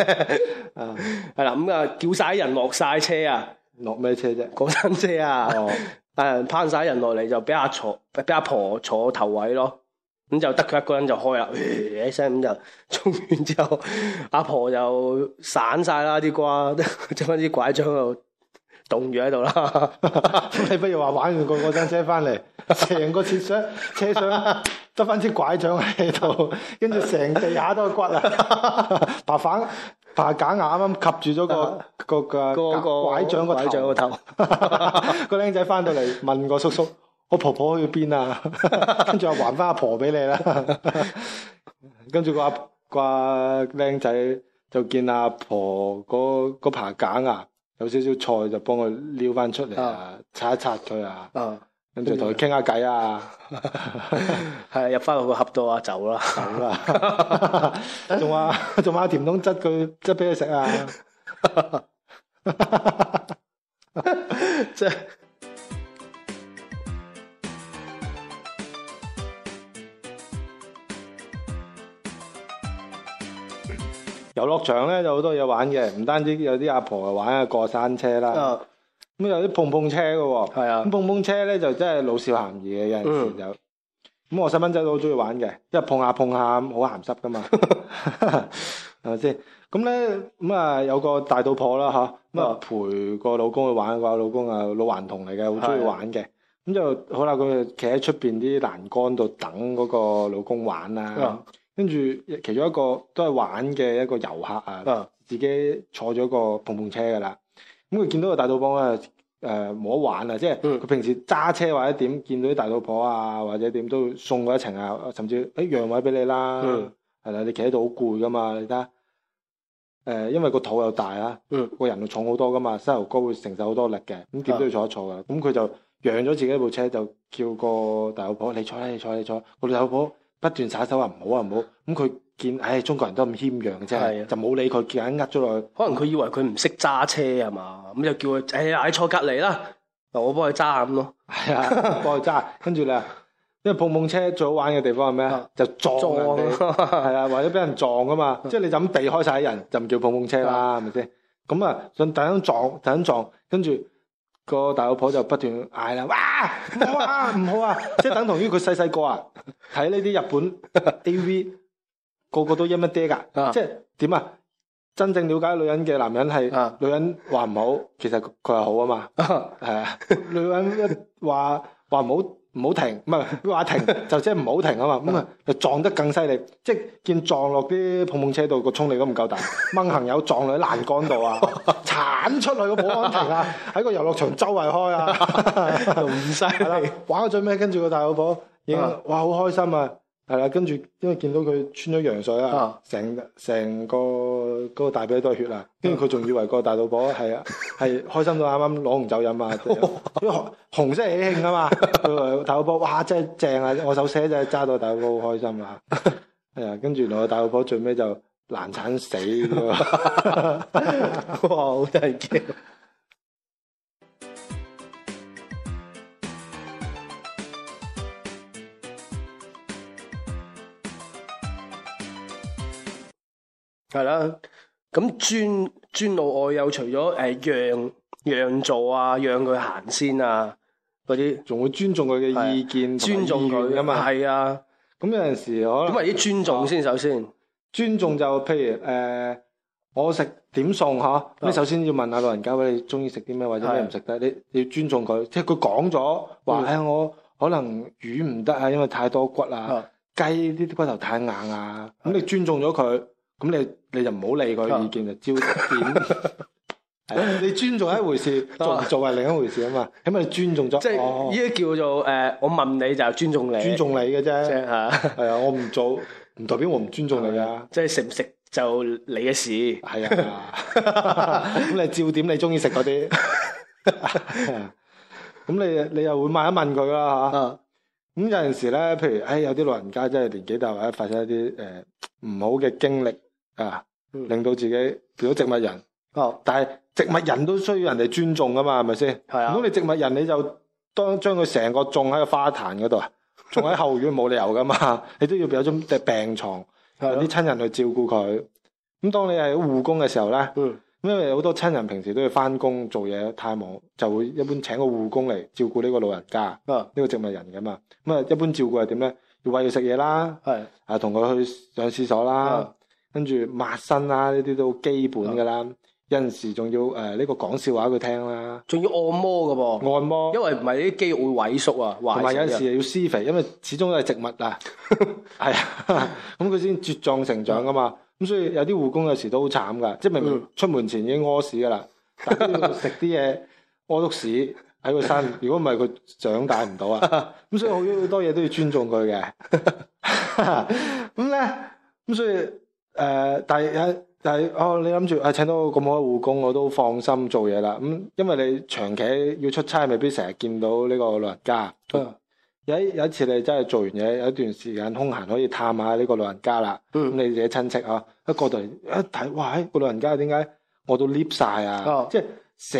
Speaker 4: 啊，
Speaker 3: 係啦，咁啊，叫晒人落晒車啊， [laughs]
Speaker 4: 落咩車啫？
Speaker 3: 過山車啊，
Speaker 4: 哦，
Speaker 3: 誒攀晒人落嚟就俾阿坐，俾阿婆坐頭位咯。咁就得佢一個人就開啦， [laughs] 一聲咁就衝完之後，阿婆就散晒啦啲瓜， [laughs] 將翻啲拐杖喺度凍住喺度啦。
Speaker 4: [laughs] 你不如話玩完個過山車翻嚟，成個車
Speaker 3: [laughs]
Speaker 4: 廂車廂得翻支拐杖喺度，跟住成地下都係骨
Speaker 3: [laughs]
Speaker 4: 啊！爬反爬假牙啱啱及住咗個個個
Speaker 3: 嗰啊個
Speaker 4: 拐杖個
Speaker 3: 拐杖
Speaker 4: 頭
Speaker 3: 個。頭，
Speaker 4: [laughs] 個僆仔翻到嚟問個叔叔：我婆婆去邊啊？
Speaker 3: [laughs]
Speaker 4: 跟住我還翻阿婆俾你啦。跟住個阿個阿僆仔就見阿婆嗰嗰排假牙有少少菜，就幫佢撩翻出嚟啊，擦一擦佢啊， [laughs]
Speaker 3: 啊，
Speaker 4: 跟住同佢傾下偈啊，
Speaker 3: 係入翻去個盒度啊，走啦。
Speaker 4: 走啦。 [laughs] 仲話仲話甜筒質佢質俾佢食啊，
Speaker 3: 即係
Speaker 4: [laughs] 遊樂場咧就好多嘢玩嘅，唔單止有啲阿婆玩下過山車啦。
Speaker 3: 啊，
Speaker 4: 咁有啲碰碰車嘅喎，
Speaker 3: 係啊
Speaker 4: 咁碰碰車咧就真係老少咸宜嘅，有陣時
Speaker 3: 嗯
Speaker 4: 就咁、我細蚊仔都好中意玩嘅，因為碰下碰下咁好鹹濕噶
Speaker 3: [laughs]
Speaker 4: 嘛，啊係咪先？咁咧咁啊有個大肚婆啦嚇，咁啊
Speaker 3: 啊
Speaker 4: 陪個老公去玩，個老公啊老頑童嚟嘅，好中意
Speaker 3: 係
Speaker 4: 玩嘅。咁就好啦，佢就企喺出邊啲欄杆度等嗰個老公玩啦
Speaker 3: 啊。
Speaker 4: 跟住其中一個都係玩嘅一個遊客啊
Speaker 3: 啊，
Speaker 4: 自己坐咗個碰碰車㗎啦。咁佢見到個大肚婆啊，誒冇得玩啊，即係
Speaker 3: 嗯
Speaker 4: 佢平時揸車或者點見到啲大肚婆啊，或者點都會送佢一程啊，甚至誒讓位俾你啦，
Speaker 3: 嗯
Speaker 4: 係啦，你企喺度好攰噶嘛，你睇下誒，因為個肚又大啊啦，
Speaker 3: 嗯
Speaker 4: 個人又重好多噶嘛，膝頭哥會承受好多力嘅，咁點都要坐一坐噶。咁佢就讓咗自己部車，就叫個大肚婆你坐啦，你坐你坐。個大肚婆不斷耍手話唔好啊唔好，咁佢見唉中國人都咁謙讓嘅
Speaker 3: 係
Speaker 4: 啫，
Speaker 3: 啊
Speaker 4: 就冇理佢，夾硬呃咗落去。
Speaker 3: 可能佢以為佢唔識揸車係嘛，咁就叫佢，誒、呀，你坐隔離啦，我幫佢揸下咁咯。
Speaker 4: 係啊， [laughs] 幫佢揸，跟住咧，因為碰碰車最好玩嘅地方係咩啊
Speaker 3: 啊？
Speaker 4: 就撞
Speaker 3: 撞
Speaker 4: 人哋， [laughs] 係啊，或者俾人撞噶嘛，即係你就咁避開晒啲人，就唔叫碰碰車啦，係咪先？咁啊，想等撞，等撞，跟住個大老婆就不斷嗌啦，哇，唔好啊，唔好啊，即係等同於佢細細個啊， [laughs] 睇呢啲日本 A.V. 個個都一乜爹㗎，
Speaker 3: 啊
Speaker 4: 即係點啊？真正了解女人嘅男人係 [laughs]
Speaker 3: 啊 [laughs]
Speaker 4: 女人話唔好，其實佢係好啊嘛。系啊，女人一話話唔好唔好停，唔係話停就即係唔好停啊嘛，咁啊就撞得更犀利，即係見撞落啲碰碰車度個衝力都唔夠大，掹行友撞落啲欄杆度啊，鏟出去個保安亭啊，喺個遊樂場周圍開啊， [laughs]
Speaker 3: 唔犀
Speaker 4: 係啦
Speaker 3: 利，
Speaker 4: 玩到最尾跟住個大老婆已經
Speaker 3: 啊
Speaker 4: 哇好開心啊！係啦，跟住因為見到佢穿咗羊水啊
Speaker 3: 啊，
Speaker 4: 成成個嗰個大髀都係血啊，跟住佢仲以為個大肚婆係
Speaker 3: [laughs]
Speaker 4: 啊係開心到啱啱攞紅酒飲啊，因為紅紅色係喜慶啊
Speaker 3: [laughs]
Speaker 4: 嘛，佢話大肚婆哇真係正啊！我手寫真係揸到大肚婆好開心啊！係啊，跟住原來個大肚婆最尾就難產死喎。
Speaker 3: [laughs] 哇，好得人驚！係啦，咁尊尊老愛幼除咗誒讓讓座啊，讓佢行先啊，嗰啲
Speaker 4: 仲會尊重佢嘅意見同埋
Speaker 3: 尊重
Speaker 4: 意願
Speaker 3: 佢
Speaker 4: 㗎嘛。
Speaker 3: 係啊，
Speaker 4: 咁有陣時可
Speaker 3: 點
Speaker 4: 能啊
Speaker 3: 為啲尊重先？首先
Speaker 4: 尊重就譬如誒、呃我食點餸嚇，你首先要問下老人家喂你中意食啲咩或者咩
Speaker 3: 啊係
Speaker 4: 唔食得，你你要尊重佢，即係佢講咗話
Speaker 3: 嗯
Speaker 4: 誒我可能魚唔得啊，因為太多骨啊
Speaker 3: 啊，
Speaker 4: 雞呢啲骨頭太硬啊，咁你尊重咗佢，咁你你就唔好理佢
Speaker 3: 啊
Speaker 4: 意見，就照
Speaker 3: [laughs]
Speaker 4: 點。係啊你尊重係一回事，做唔做係另一回事啊嘛，起碼你尊重咗，
Speaker 3: 啊即係
Speaker 4: 哦
Speaker 3: 依家叫做誒，我問你就係尊重你，
Speaker 4: 尊重你嘅
Speaker 3: 即
Speaker 4: 啫。
Speaker 3: 係嚇。
Speaker 4: 係啊，我唔做唔代表我唔尊重你啊。
Speaker 3: 即係食唔食就你嘅事。
Speaker 4: 係啊，
Speaker 3: [laughs]
Speaker 4: 咁你照點你中意食嗰啲， [laughs] 咁你你又會問一問佢啦嚇。
Speaker 3: 啊，
Speaker 4: 咁有陣時咧，譬如誒、唉有啲老人家真係年紀大或者發生一啲誒唔好嘅經歷啊，
Speaker 3: 嗯
Speaker 4: 令到自己變咗植物人。
Speaker 3: 哦，
Speaker 4: 但係植物人都需要人哋尊重噶嘛，係咪先？
Speaker 3: 係啊
Speaker 4: 唔通你植物人你就當將佢成個種喺個花壇嗰度啊，種喺後院冇理由噶嘛，你都要有種病床，有
Speaker 3: 係咯
Speaker 4: 啲親人去照顧佢。咁當你係護工嘅時候咧，
Speaker 3: 嗯，
Speaker 4: 因為好多親人平時都要翻工做嘢太忙，就會一般請個護工嚟照顧呢個老人家，呢、
Speaker 3: 啊，
Speaker 4: 個植物人噶嘛。咁啊，一般照顧係點咧？要餵佢食嘢啦，
Speaker 3: 係，
Speaker 4: 啊同佢去上廁所啦
Speaker 3: 啊，
Speaker 4: 跟住抹身啦，呢啲都好基本噶啦。有陣時仲要呃誒呢、個講笑話佢聽啦，
Speaker 3: 仲要按摩噶噃，
Speaker 4: 按摩
Speaker 3: 因，為唔係啲肌肉會萎縮啊，
Speaker 4: 同埋有
Speaker 3: 壞
Speaker 4: 陣時
Speaker 3: 死啊
Speaker 4: 又要施肥，因為始終都係植物
Speaker 3: [laughs]
Speaker 4: 啊，係啊，咁佢先茁壯成長噶嘛。咁所以有啲護工有時都好慘噶，即係明明
Speaker 3: 嗯
Speaker 4: 出門前已經屙屎噶啦，但係都要食啲嘢屙督屎喺個
Speaker 3: [laughs]
Speaker 4: 身，如果唔係佢長大唔到啊。咁所以好多嘢都要尊重佢
Speaker 3: [laughs]
Speaker 4: 嘅。咁咧，咁所以誒、呃但係但係哦，你諗住啊請到個咁好嘅護工，我都放心做嘢啦。咁、因為你長期要出差，未必成日見到呢個老人家。
Speaker 3: 嗯
Speaker 4: 有一有一次你真係做完嘢，有一段時間空閒可以探下呢個老人家啦。咁
Speaker 3: 嗯，
Speaker 4: 你自己親戚啊，一過到嚟一睇，哇！哎個老人家點解我到 lift 晒啊
Speaker 3: 哦？
Speaker 4: 即係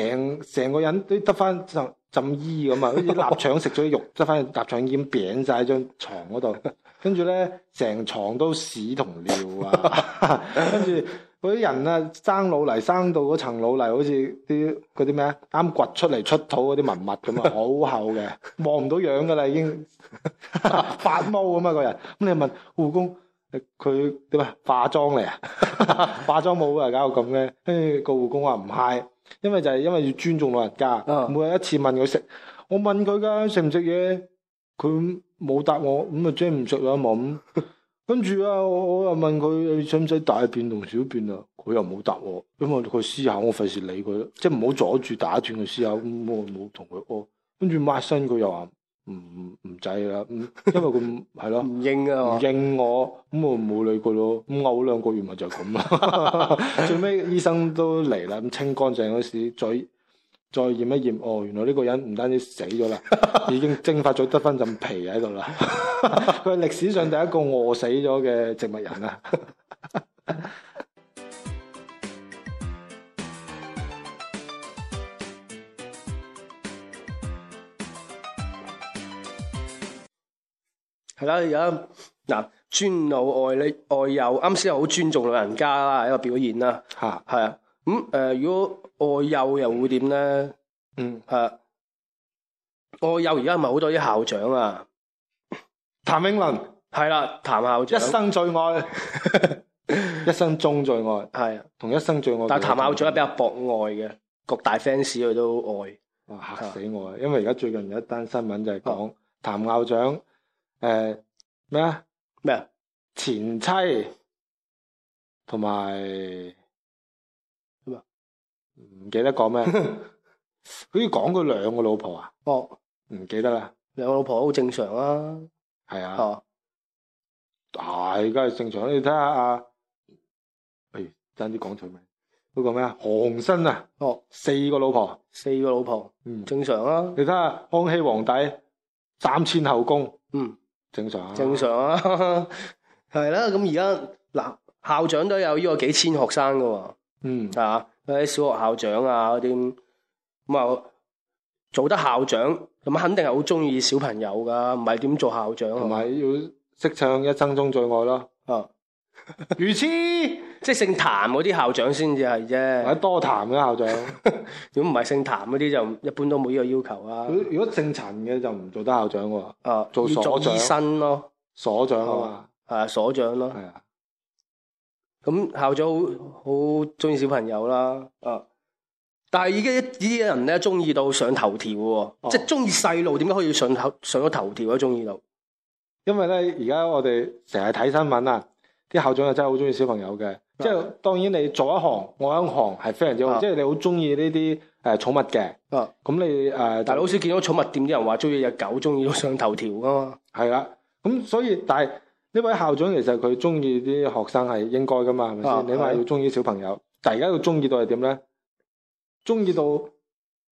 Speaker 4: 成成個人都得翻浸浸衣咁啊，
Speaker 3: [laughs]
Speaker 4: 好似臘腸食咗啲肉，得翻臘腸已經扁晒喺張床嗰度，跟住咧成床都屎同尿
Speaker 3: [laughs]
Speaker 4: 啊，跟住。嗰啲人啊，生老泥生到嗰層老泥，好似啲嗰啲咩啊啱掘出嚟出土嗰啲文物咁啊，好厚嘅，望唔到樣噶啦，已經 [laughs] 發毛咁啊個人。咁你問護工，呃佢點啊？化妝嚟啊？ [laughs] 化妝冇啊，搞到咁嘅。跟住個護工話唔係，因為就係因為要尊重老人家。
Speaker 3: 嗯
Speaker 4: 每一次問佢食，我問佢㗎食唔食嘢，佢冇答我，咁啊即係唔食啦冇咁。跟住啊，我我又問佢你使唔使大便同小便啊？佢又冇答我，因為佢思考，我費事理佢啦，即係唔好阻住打斷佢思考。咁我冇同佢屙，跟住抹身佢又話唔唔唔制啦，嗯因為佢唔係咯。
Speaker 3: 唔應啊
Speaker 4: 唔
Speaker 3: 嘛，
Speaker 4: 應我，咁我冇理佢咯。咁嘔兩個月咪就係咁 [laughs] 啦。最尾醫生都嚟啦，咁清乾淨嗰時再再驗一驗，哦，原來呢個人唔單止死咗 [laughs] 啦，已經蒸發咗得翻陣皮喺度啦。 [laughs] 佢係歷史上第一個餓死咗嘅植物人啊 [laughs] 啦。
Speaker 3: 係啦，而家嗱尊老愛你愛幼，啱先係好尊重老人家啦，一個表現啦，
Speaker 4: 嚇、
Speaker 3: 係啊，咁誒如果愛幼又會點咧？
Speaker 4: 嗯，
Speaker 3: 係啊愛幼而家咪好多啲校長啊，
Speaker 4: 譚詠麟
Speaker 3: 係啦，譚校
Speaker 4: 一
Speaker 3: 長，
Speaker 4: 生最愛， [laughs] 一生中最愛，
Speaker 3: 係啊，
Speaker 4: 同一生最愛。
Speaker 3: 但係譚校長係比較博愛嘅，各大 fans 佢都愛。
Speaker 4: 哇嚇死我啊！因為而家最近有一單新聞就係講譚校長誒咩啊
Speaker 3: 咩啊？
Speaker 4: 前妻同埋
Speaker 3: 咩啊
Speaker 4: 唔記得講
Speaker 3: [laughs]
Speaker 4: 咩，好似講佢兩個老婆啊，
Speaker 3: 哦，
Speaker 4: 唔記得啦。
Speaker 3: 兩個老婆好正常啊。
Speaker 4: 係啊，
Speaker 3: 哦，
Speaker 4: 係梗係正常。你睇下啊，哎，爭啲講錯名，嗰個咩啊？何鴻燊啊，
Speaker 3: 哦，
Speaker 4: 四個老婆，
Speaker 3: 四個老婆
Speaker 4: 嗯，
Speaker 3: 正常啊，
Speaker 4: 你睇下康熙皇帝三千後宮，
Speaker 3: 嗯，
Speaker 4: 正常啊，
Speaker 3: 正常啊， [laughs] 係啦。咁而家嗱，校長都有呢個幾千學生噶喎。
Speaker 4: 嗯，
Speaker 3: 啊，嗰啲小學校長啊嗰啲咁咁啊，做得校長咁肯定係好中意小朋友噶，唔係點做校長
Speaker 4: 同
Speaker 3: 係
Speaker 4: 埋
Speaker 3: 咪？
Speaker 4: 要識唱一生中最愛
Speaker 3: [laughs]
Speaker 4: 咯。
Speaker 3: 啊，
Speaker 4: 如痴。
Speaker 3: 即係姓譚嗰啲校長先至係
Speaker 4: 或者
Speaker 3: 啫，
Speaker 4: 多談嘅校長，
Speaker 3: 如果唔係姓譚嗰啲就一般都冇呢個要求啊。
Speaker 4: 如如果姓陳嘅就唔做得校長喎，
Speaker 3: 啊，
Speaker 4: 做
Speaker 3: 要
Speaker 4: 所
Speaker 3: 做
Speaker 4: 長
Speaker 3: 醫生咯，
Speaker 4: 所長啊
Speaker 3: 啊所長咯
Speaker 4: 嘛，。係啊，
Speaker 3: 咁校長好好中意小朋友啦，啊！但係而家呢啲人咧，中意到上頭條喎，
Speaker 4: 哦
Speaker 3: 即係中意細路，點解可以上頭上咗頭條啊？中意到
Speaker 4: 因為咧而家我哋成日睇新聞啊，啲校長就真係好中意小朋友嘅，即係當然你做一行我一行係非常之好，
Speaker 3: 啊
Speaker 4: 即係你好中意呢啲誒寵物嘅，
Speaker 3: 啊！
Speaker 4: 咁你誒
Speaker 3: 但係好少見到寵物店啲人話中意只狗，中意到上頭條噶嘛？
Speaker 4: 係啦，咁所以但係呢位校長其實佢中意啲學生係應該噶嘛，係咪
Speaker 3: 啊
Speaker 4: 先？你話
Speaker 3: 係
Speaker 4: 要中意小朋友，但係而家佢中意到係點咧？中意到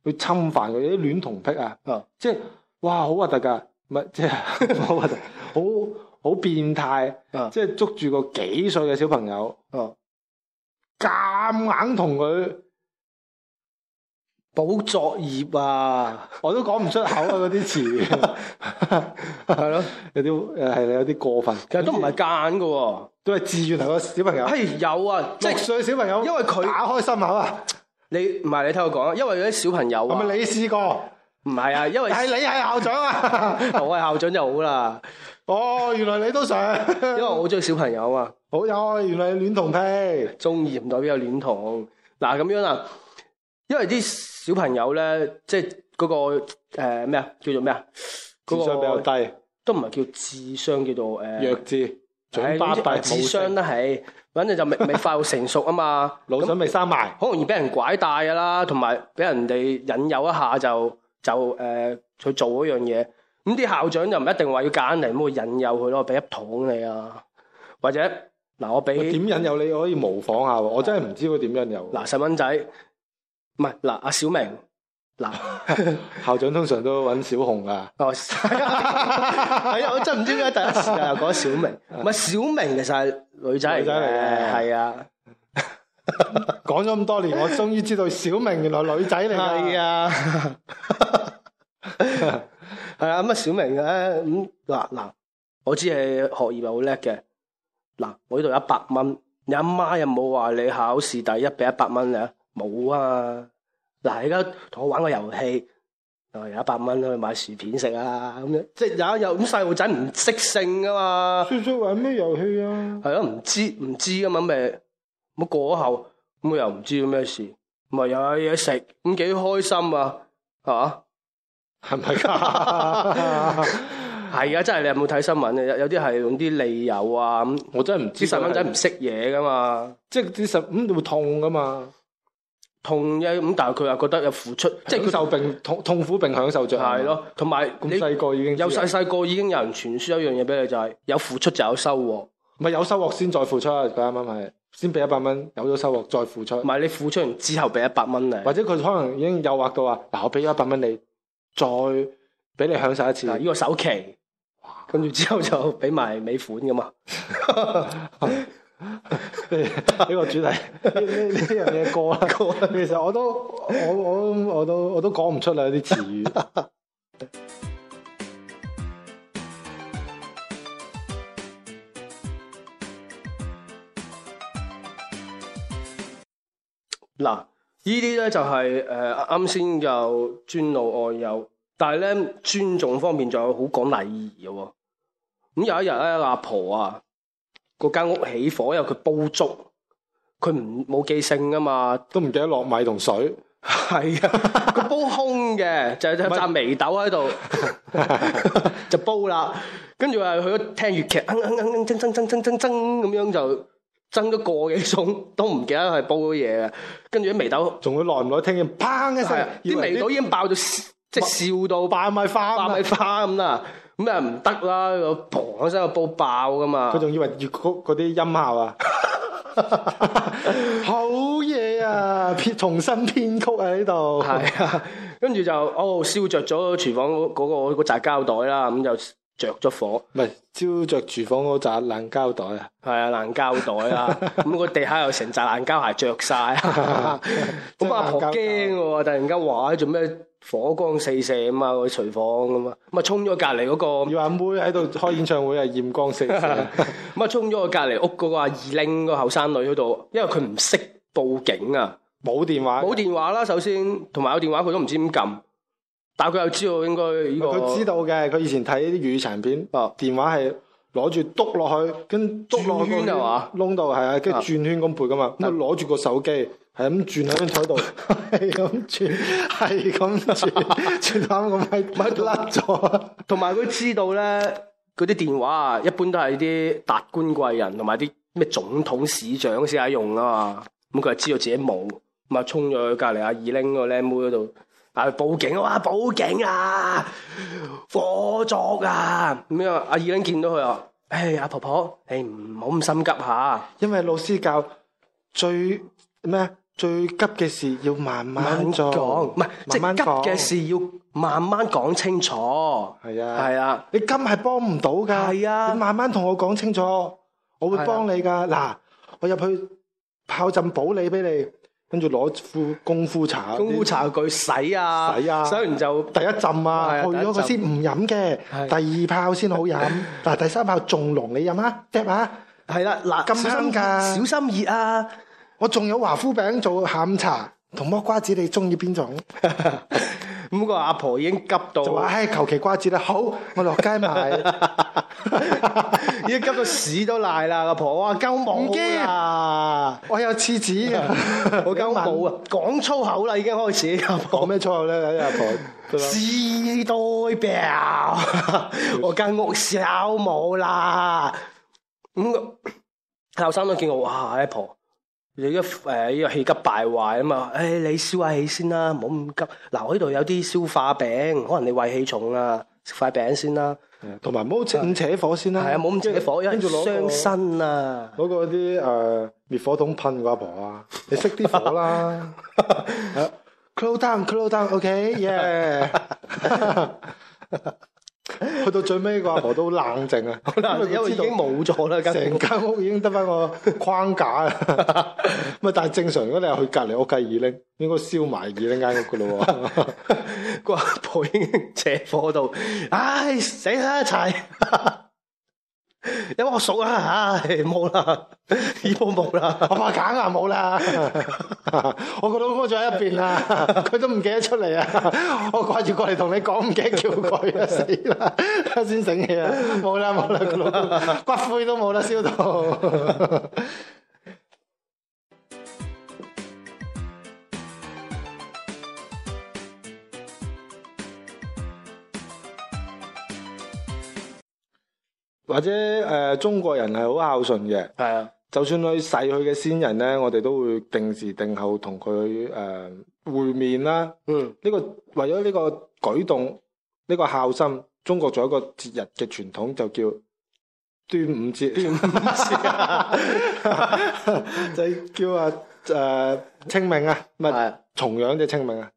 Speaker 4: 去侵犯佢啲戀童癖啊！
Speaker 3: 啊
Speaker 4: 即係哇，好核突㗎，唔係即係
Speaker 3: [laughs]
Speaker 4: 好核突，好好變態，
Speaker 3: 啊
Speaker 4: 即係捉住個幾歲嘅小朋友，
Speaker 3: 哦，
Speaker 4: 夾硬同佢，
Speaker 3: [laughs] 補作業啊，
Speaker 4: 我都講唔出口啊嗰啲詞，
Speaker 3: [laughs] 係咯，
Speaker 4: 有啲誒係有啲過分，
Speaker 3: 其實都唔係夾硬噶喎。
Speaker 4: 都係自願同個小朋友。
Speaker 3: 係有啊，即
Speaker 4: 六
Speaker 3: 係
Speaker 4: 歲小朋友，
Speaker 3: 因為佢
Speaker 4: 打開心口啊，
Speaker 3: 你唔係你聽我講啊，因為有啲小朋友
Speaker 4: 係
Speaker 3: 啊，
Speaker 4: 哦咪你試過？
Speaker 3: 唔係啊，因為
Speaker 4: 係你係校長啊！
Speaker 3: [laughs] 我係校長就好啦，
Speaker 4: 哦，原來你都想，
Speaker 3: [laughs] 因為我好中意小朋友啊。
Speaker 4: 好有，原來你戀童癖，
Speaker 3: 中意唔代表有戀童。嗱咁樣啊，因為啲小朋友咧，即係嗰、個誒咩啊，叫做咩啊，嗰、
Speaker 4: 智商比較
Speaker 3: 個
Speaker 4: 低，
Speaker 3: 都唔係叫智商，叫做誒
Speaker 4: 弱智，嘴
Speaker 3: 唉
Speaker 4: 巴
Speaker 3: 總之
Speaker 4: 閉，
Speaker 3: 智商啦係，反正就
Speaker 4: [laughs]
Speaker 3: 未未快到成熟啊嘛，
Speaker 4: 冇神，腦
Speaker 3: 咁
Speaker 4: 想未生埋，
Speaker 3: 好容易俾人拐帶㗎啦，同埋俾人哋引誘一下就就誒、呃去做嗰樣嘢。咁啲校長就唔一定話要揀嚟，咁去引誘佢咯，俾一桶你啊，或者嗱我俾
Speaker 4: 喂點引誘你可以模仿下喎？我真係唔知佢點引誘。
Speaker 3: 嗱，細蚊仔，唔係嗱阿小明，嗱
Speaker 4: 校長通常都揾小紅啊噶，
Speaker 3: 哦， [laughs] 係啊，我真唔知點解第一時間又講
Speaker 4: [laughs]
Speaker 3: 小明，唔係小明其實係女仔嚟
Speaker 4: 女仔嚟嘅
Speaker 3: 嘅，係啊，
Speaker 4: [laughs] 講咗咁多
Speaker 3: [laughs]
Speaker 4: 年，我終於知道小明原來女仔嚟
Speaker 3: 係
Speaker 4: 㗎。
Speaker 3: 啊，係啊，咁啊小明咧，咁嗱嗱，我知係學業係好叻嘅，嗱我呢度一百蚊，你阿媽有冇話你考試第一俾一百蚊你啊？冇啊，嗱你而家同我玩個遊戲。啊！有一百蚊去買薯片食啊，咁樣即係有有咁細路仔唔識性噶嘛，
Speaker 4: 叔叔玩咩遊戲啊？
Speaker 3: 係咯，唔知唔知噶嘛，咪咁過咗後，咁佢又唔知咩事，咪又有嘢食，咁幾開心啊，係嘛？
Speaker 4: 係咪㗎？
Speaker 3: 係啊，真係你有冇睇新聞啊？有有啲係用啲利誘啊，咁
Speaker 4: [laughs] 我真係唔知
Speaker 3: 啲細蚊仔唔
Speaker 4: 佢係
Speaker 3: 識嘢噶嘛，
Speaker 4: 即係啲細咁會痛㗎嘛？
Speaker 3: 痛嘅咁，但係佢又覺得有付出，
Speaker 4: 即
Speaker 3: 即係
Speaker 4: 係
Speaker 3: 佢
Speaker 4: 受並痛痛苦並享受着。
Speaker 3: 係，咯，同埋
Speaker 4: 咁
Speaker 3: 你
Speaker 4: 細個已經知啊
Speaker 3: 有細細個已經有人傳輸一樣嘢俾你，就係有付出就有收穫。
Speaker 4: 唔係有收穫先再付出。佢啱啱係先俾一百蚊，有咗收穫再付出
Speaker 3: 唔，係你付出完之後俾一百蚊你，
Speaker 4: 或者佢可能已經誘惑到話嗱，我俾咗一百蚊你，再俾你享受一次。
Speaker 3: 啊嗱呢個首期，跟住之後就俾埋尾款噶嘛。
Speaker 4: 呢個主題呢呢呢樣嘢 [laughs] 過啦，其實我都我我我都我都講唔出啦啲詞語。
Speaker 3: 嗱，呢啲咧就係誒呃啱先有尊老愛幼，但係咧尊重方面仲有好講禮儀嘅喎。咁有一日咧，阿婆啊，嗰間屋起火，因為佢煲粥，佢唔冇記性噶嘛，
Speaker 4: 都唔記得落米同水，
Speaker 3: 係啊，佢煲空嘅，就就扎眉豆喺度，就煲啦。跟住話佢聽粵劇，哼哼哼哼，噌噌噌噌噌噌咁樣就蒸咗個幾鐘，都唔記得係煲咗嘢嘅。跟住啲眉豆
Speaker 4: 仲會耐唔耐聽見砰一 [laughs]
Speaker 3: 係啊
Speaker 4: 聲，以
Speaker 3: [laughs] 啲
Speaker 4: 為
Speaker 3: 眉豆已經爆到，即係笑到
Speaker 4: 爆米花咁啊
Speaker 3: 爆米花咁啦。咁啊唔得啦，個砰一聲個煲爆噶嘛
Speaker 4: 佢。仲以為粵曲嗰啲音效啊，好嘢啊！編重新編曲啊呢度，
Speaker 3: 係啊，跟住就哦燒着咗廚房嗰嗰個嗰扎膠袋啦，咁就着咗火，
Speaker 4: 唔係燒着廚房嗰扎冷膠袋啊，
Speaker 3: 係啊爛膠袋
Speaker 4: [laughs]
Speaker 3: 啦，咁個地下又成扎爛膠鞋着晒，啊
Speaker 4: [laughs] 真
Speaker 3: 咁
Speaker 4: 係爛
Speaker 3: 阿
Speaker 4: 膠袋
Speaker 3: 婆驚喎，突然間話做咩火光四射咁啊個廚房咁啊，咁啊衝咗隔離嗰個，咁
Speaker 4: 要阿妹喺度開演唱會啊，豔光四射，
Speaker 3: [laughs] 啊衝咗個隔離屋嗰個阿二拎個後生女嗰度，因為佢唔識報警啊。
Speaker 4: 冇電話，
Speaker 3: 冇電話啦，首先同埋有電話佢都唔知點撳，但係佢又知道應該呢、個
Speaker 4: 啊佢知道嘅，佢以前睇啲語殘片，
Speaker 3: 哦
Speaker 4: 電話係攞住篤落去，跟篤落去
Speaker 3: 轉圈係嘛
Speaker 4: 個窿度，係啊，跟住
Speaker 3: 啊
Speaker 4: 轉圈咁撥噶嘛，咁佢攞住個手機，係咁轉喺張台
Speaker 3: [laughs]
Speaker 4: 度，係咁轉，係咁轉，
Speaker 3: [laughs]
Speaker 4: 轉到啱個咪咪甩咗，
Speaker 3: 同埋佢知道咧嗰啲電話啊，一般都係啲達官貴人同埋啲咩總統市長先係用啊嘛，咁佢就知道自己冇，咁啊衝咗去隔離阿二拎個靚妹嗰度。啊！報警啊！哇報警啊！火燭啊！咁樣阿二拎見到佢啊，唉、阿婆婆，你唔好咁心急吓，
Speaker 4: 因為老師教最咩最急嘅事要慢
Speaker 3: 慢
Speaker 4: 慢做，
Speaker 3: 講，唔係即
Speaker 4: 慢
Speaker 3: 係
Speaker 4: 慢
Speaker 3: 急
Speaker 4: 講
Speaker 3: 嘅事要慢慢講清楚。
Speaker 4: 係啊，
Speaker 3: 係啊，
Speaker 4: 你金係幫唔到㗎，
Speaker 3: 係啊
Speaker 4: 你慢慢同我講清楚，我會幫你㗎。嗱、
Speaker 3: 啊
Speaker 4: 我入去泡浸保你俾你，跟住攞副功夫茶，
Speaker 3: 功夫茶具洗啊，
Speaker 4: 啊洗啊
Speaker 3: 洗完就
Speaker 4: 第一浸
Speaker 3: 係
Speaker 4: 啊，
Speaker 3: 啊
Speaker 4: 去咗佢
Speaker 3: 第一
Speaker 4: 先唔飲嘅，
Speaker 3: 係
Speaker 4: 第二泡先好飲，
Speaker 3: [laughs]
Speaker 4: 嗱第三泡仲濃，你飲啊，嗒啊，
Speaker 3: 係啦，嗱，
Speaker 4: 咁
Speaker 3: 小
Speaker 4: 香
Speaker 3: 心
Speaker 4: 㗎
Speaker 3: 小心熱啊！
Speaker 4: 我仲有華夫餅做下午茶。同剝瓜子，你中意邊種？
Speaker 3: [laughs] 咁個阿婆已經急到，
Speaker 4: 就話唉，求其瓜子啦，好，我落街買。
Speaker 3: [laughs] 已經急到屎都賴啦！阿婆哇，鳩
Speaker 4: 唔
Speaker 3: 冇
Speaker 4: 驚
Speaker 3: 啊！
Speaker 4: 啊！我有廁紙啊，
Speaker 3: [laughs] 我鳩冇啊！講粗口啦，已經開始阿
Speaker 4: 講
Speaker 3: 婆。
Speaker 4: 咩粗口咧？有啲阿婆
Speaker 3: 屎都掉，我間屋燒冇啦。咁個後生都見我，哇！阿婆，你一誒呢個氣急敗壞啊嘛，誒、你消下氣先啦，唔好咁急。嗱，我呢度有啲消化餅，可能你胃氣重啊，食塊餅先啦。
Speaker 4: 同埋冇咁扯火先啦。
Speaker 3: 係啊，冇咁扯火，因為
Speaker 4: 跟住攞個
Speaker 3: 傷身啊。
Speaker 4: 攞個啲誒滅火筒噴個阿婆啊！你熄啲火
Speaker 3: [laughs]
Speaker 4: 啦。係啊 Cool down，cool down，OK，yeah。去到最尾個阿婆都冷靜啊，
Speaker 3: 因為已經冇咗啦，間
Speaker 4: 成間屋已經得翻個框架啦。咁啊，但係正常如果你係去隔離屋計二拎，應該燒埋二拎間屋噶咯喎。
Speaker 3: [laughs] 個阿婆已經扯火到，唉死啦一齊， [laughs] 有冇我數啊？唉冇啦，呢鋪冇啦，
Speaker 4: 我話梗啊冇啦，我個老公仲喺入邊
Speaker 3: [laughs]
Speaker 4: 啦，佢都唔記得出嚟啊！ [laughs] 我掛住過嚟同你講，唔記得叫佢啊，死啦！ [laughs] 先醒起啊，冇啦冇啦，個老公骨灰都冇啦，燒到。或者誒、呃中國人係好孝順嘅。
Speaker 3: 係啊，
Speaker 4: 就算佢逝去嘅先人咧，我哋都會定時定候同佢誒會面啦。呢、
Speaker 3: [laughs] 嗯，
Speaker 4: 個為咗呢個舉動，呢、個孝心，中國仲有一個節日嘅傳統，就叫端午節。端
Speaker 3: 啊
Speaker 4: 午節 [laughs] 就係叫啊誒、呃清明啊，唔係
Speaker 3: 係
Speaker 4: 重陽嘅清明啊，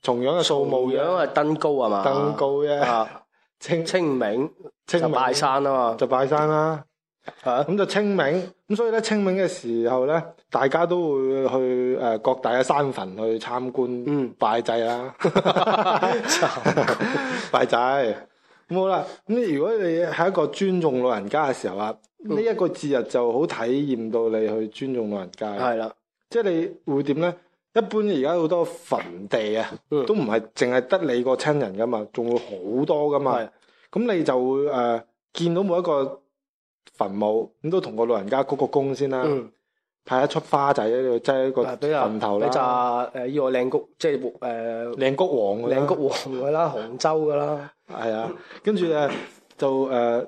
Speaker 4: 重陽嘅掃墓
Speaker 3: 模樣
Speaker 4: 嘅
Speaker 3: 係登高係嘛？
Speaker 4: 登高啊啫，
Speaker 3: 啊，
Speaker 4: 清
Speaker 3: 清明
Speaker 4: 清
Speaker 3: 就
Speaker 4: 明
Speaker 3: 拜山啊嘛，啊
Speaker 4: 就拜山啦。
Speaker 3: 嚇
Speaker 4: 咁就清明，咁所以咧清明嘅時候咧，大家都會去誒、呃各大嘅山墳去參觀、
Speaker 3: 嗯
Speaker 4: 拜祭
Speaker 3: [laughs]
Speaker 4: 啦，拜祭。咁好啦，咁如果你係一個尊重老人家嘅時候啊，
Speaker 3: 嗯
Speaker 4: 呢、一個節日就好體驗到你去尊重老人家嘅，
Speaker 3: 嗯係啦，
Speaker 4: 即係你會點咧？一般而家好多墳地啊，
Speaker 3: 嗯
Speaker 4: 都唔係淨係得你個親人噶嘛，仲會好多噶嘛。
Speaker 3: 係
Speaker 4: 咁你就會誒、呃、見到每一個墳墓，咁都同個老人家鞠個躬先啦，
Speaker 3: 嗯，
Speaker 4: 派一束花仔喺度擠喺個
Speaker 3: 啊俾啊
Speaker 4: 墳頭
Speaker 3: 俾扎
Speaker 4: 啦，
Speaker 3: 誒呢個靚谷，即係誒
Speaker 4: 靚菊王㗎啦
Speaker 3: 靚谷黃噶啦，杭州噶啦，
Speaker 4: 係啊，跟住誒就誒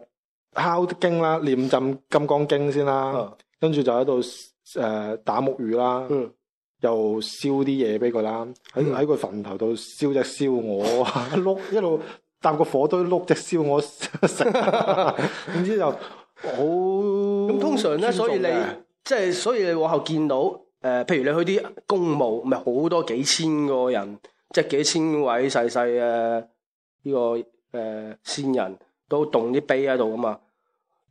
Speaker 4: 敲經啦，念浸《金剛經》先啦
Speaker 3: 嗯，
Speaker 4: 跟住就喺度誒打木魚啦，
Speaker 3: 嗯，
Speaker 4: 又燒啲嘢俾佢啦，喺喺個墳頭度燒只燒鵝啊，碌一路 [laughs] 搭個火堆碌只燒鵝
Speaker 3: [laughs]
Speaker 4: 食，總之就好。咁
Speaker 3: 咁通常咧，所以你即係所以你往後見到誒、呃譬如你去啲公務，咪好多幾千個人，即係幾千位細細嘅呢個誒、呃、線人都棟啲碑喺度噶嘛。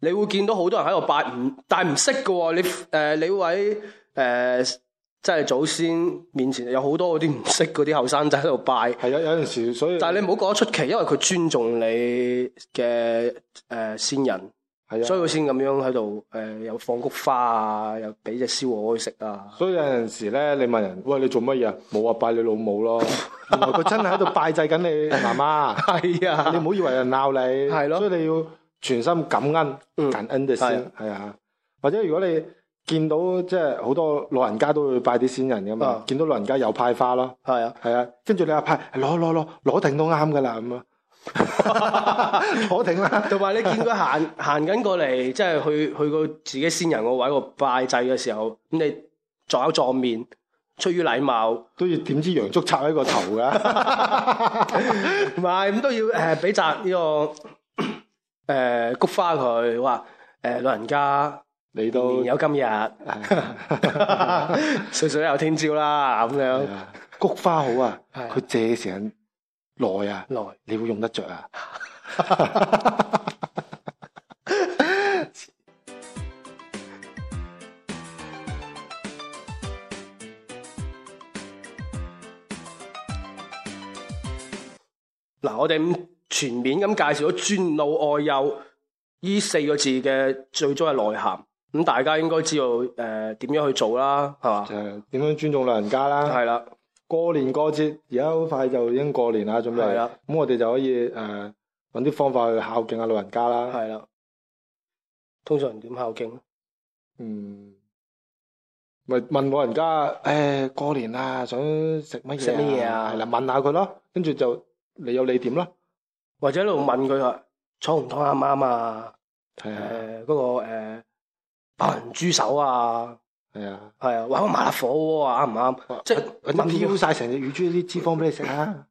Speaker 3: 你會見到好多人喺度拜唔，但係唔識嘅喎。你誒、呃你位誒、呃即係祖先面前有好多嗰啲唔識嗰啲後生仔喺度拜。
Speaker 4: 係啊，有陣時所以
Speaker 3: 但係你唔好覺得出奇，因為佢尊重你嘅誒、呃、先人，
Speaker 4: 係啊，
Speaker 3: 所以佢先咁樣喺度誒，又放菊花啊，又俾只燒鵝去食啊。 [laughs]
Speaker 4: 所以有陣時咧，你問人喂你做乜嘢啊？冇啊，拜你老母咯。原來佢真係喺度拜祭緊
Speaker 3: [laughs]
Speaker 4: 你媽媽。
Speaker 3: 係
Speaker 4: [laughs]
Speaker 3: 啊
Speaker 4: 你唔好以為人鬧你，
Speaker 3: 係咯
Speaker 4: 所以你要全心感恩，
Speaker 3: 嗯
Speaker 4: 感恩嘅先，係啊。或者如果你見到即係好多老人家都會拜啲先人噶嘛
Speaker 3: 啊，
Speaker 4: 見到老人家又派花咯，
Speaker 3: 係啊，
Speaker 4: 係啊，跟住你又派攞攞攞攞定都啱噶啦咁
Speaker 3: [laughs]
Speaker 4: 啊， [laughs] 攞定啦，
Speaker 3: 同埋你見佢行 [laughs] 行緊過嚟，即係去去個自己先人個位個拜祭嘅時候，咁你撞口撞面，出於禮貌， [laughs] 唔
Speaker 4: 都要點支洋竹插喺個頭
Speaker 3: [laughs]
Speaker 4: 噶，
Speaker 3: 係咁都要誒俾扎呢個誒、呃菊花佢，話誒老人家
Speaker 4: 你
Speaker 3: 年
Speaker 4: 都 [laughs]
Speaker 3: 年有今日。 [laughs] 歲歲有天朝啦，咁樣
Speaker 4: 係啊菊花好啊，
Speaker 3: 係啊
Speaker 4: 佢借時間耐啊。
Speaker 3: 來
Speaker 4: 你會用得着
Speaker 3: [laughs]
Speaker 4: 啊？ [laughs]
Speaker 3: 嗱，我哋咁全面咁介紹咗尊老愛幼呢四個字嘅最終嘅內涵，咁大家應該知道誒點、樣去做啦，係嘛
Speaker 4: 就？係點樣尊重老人家啦？
Speaker 3: 係啦，
Speaker 4: 過年過節，而家好快就已經過年啦，準備
Speaker 3: 係啊啦
Speaker 4: 咁我哋就可以誒揾啲方法去孝敬下老人家啦。
Speaker 3: 係啦。通常點孝敬？
Speaker 4: 嗯，咪問老人家誒、過年啊，想食乜嘢？
Speaker 3: 食乜嘢啊
Speaker 4: 係啦，問下佢咯，跟住就你有你點啦。
Speaker 3: 或者一路問佢話彩虹糖啱唔啱啊？
Speaker 4: 係
Speaker 3: 誒嗰、
Speaker 4: 啊，
Speaker 3: 個誒白雲豬手啊，
Speaker 4: 係啊，
Speaker 3: 係啊，或者麻辣火鍋啊，啱唔啱？即係
Speaker 4: 或者
Speaker 3: 問佢
Speaker 4: 撩晒成隻乳豬啲脂肪俾你食啊！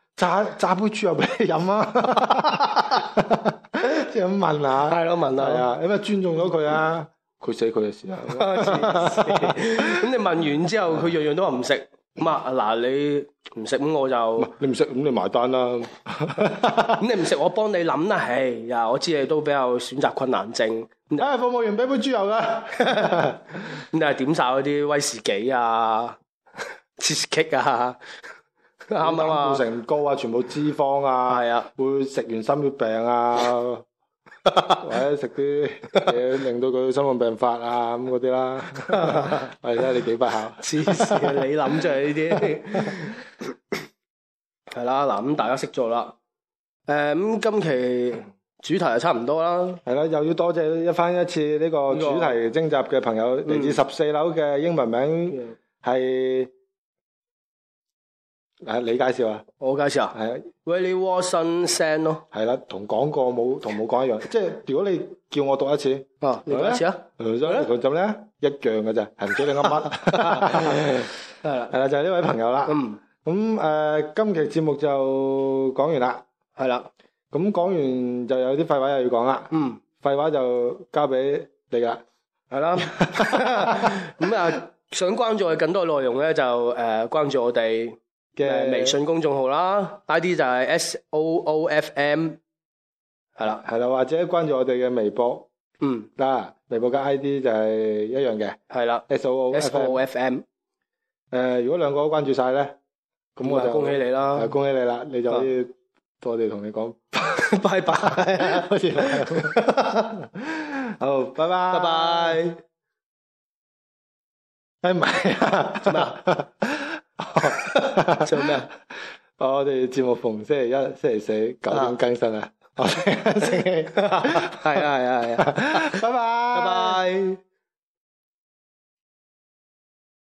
Speaker 4: [laughs] 榨榨杯豬油俾你飲啊！ [laughs] 即係咁問下。
Speaker 3: 係咯，問
Speaker 4: 係
Speaker 3: 啊。
Speaker 4: 啊，因為尊重咗佢啊，佢死佢嘅事 [laughs] 啊。
Speaker 3: [laughs] 咁你問完之後，佢樣樣都話唔食，咁啊嗱你唔食咁我就
Speaker 4: 你唔食咁你埋單 [laughs] 啦。
Speaker 3: 咁你唔食我幫你諗啦，唉呀我知你都比較選擇困難症，咁你
Speaker 4: 啊，服務員俾杯豬油 [laughs] 啦。
Speaker 3: 咁你係點晒嗰啲威士忌啊、cheesecake 啊，啱啊
Speaker 4: 膽固
Speaker 3: 嘛，
Speaker 4: 醇高啊，全部脂肪啊，
Speaker 3: 係啊，
Speaker 4: 會食完心血病 [laughs] 啊，或者食啲嘢令到佢心臟病發啊咁嗰啲 [laughs] 啦。係啦，你幾不孝。
Speaker 3: 黐線啊你諗啫呢啲，係啦嗱咁大家識做啦，誒咁今期主題就差唔多啦，
Speaker 4: 係啦，又要多謝一翻一次呢個嗯
Speaker 3: 呢個
Speaker 4: 主題徵集嘅朋友，嚟自十四樓嘅英文名係係你介紹
Speaker 3: [laughs]
Speaker 4: 啊，
Speaker 3: 我介紹啊
Speaker 4: 係啊。
Speaker 3: ，Willie Watson Sand 咯，
Speaker 4: 係啦，同講過冇同冇講一樣，即係如果你叫我讀一次，
Speaker 3: 啊你講一次啊。
Speaker 4: 佢咁咧一樣嘅咋，係唔知你噏
Speaker 3: [laughs]
Speaker 4: 乜。
Speaker 3: 系啦，
Speaker 4: 係啦，就係呢位朋友啦。
Speaker 3: 嗯，
Speaker 4: 咁誒、呃今期節目就講完啦。
Speaker 3: 系啦，
Speaker 4: 咁講完就有啲廢話又要講啦，
Speaker 3: 嗯，
Speaker 4: 廢話就交俾你㗎啦。
Speaker 3: 系 [laughs] 啦。咁啊，想關注我哋更多內容咧，就诶、呃、关注我哋嘅
Speaker 4: 嘅
Speaker 3: 微信公眾號啦，ID 就係 S O O F M，係啦，
Speaker 4: 係啦，或者關注我哋嘅微博
Speaker 3: 嗯，
Speaker 4: 嗱，微博嘅 I D 就係一樣嘅
Speaker 3: 係啦
Speaker 4: S O O
Speaker 3: ，S
Speaker 4: F
Speaker 3: O O
Speaker 4: M。
Speaker 3: F M，
Speaker 4: 誒，呃如果兩個都關注晒咧，咁
Speaker 3: 咁
Speaker 4: 我
Speaker 3: 我
Speaker 4: 就
Speaker 3: 就恭喜你啦 [laughs] 啊
Speaker 4: 係，恭喜你啦，你就可以我哋同你講。
Speaker 3: 拜
Speaker 4: [laughs]
Speaker 3: 拜。
Speaker 4: 好似好，拜拜，
Speaker 3: 拜拜。
Speaker 4: 哎，唔係啊，
Speaker 3: 做咩啊？做咩啊？
Speaker 4: 哦我哋節目逢星期一、星期四九點更新
Speaker 3: 啊 [laughs]
Speaker 4: 啊。我哋星期，係
Speaker 3: 係啊係啊係啊，
Speaker 4: 拜拜，拜
Speaker 3: 拜拜。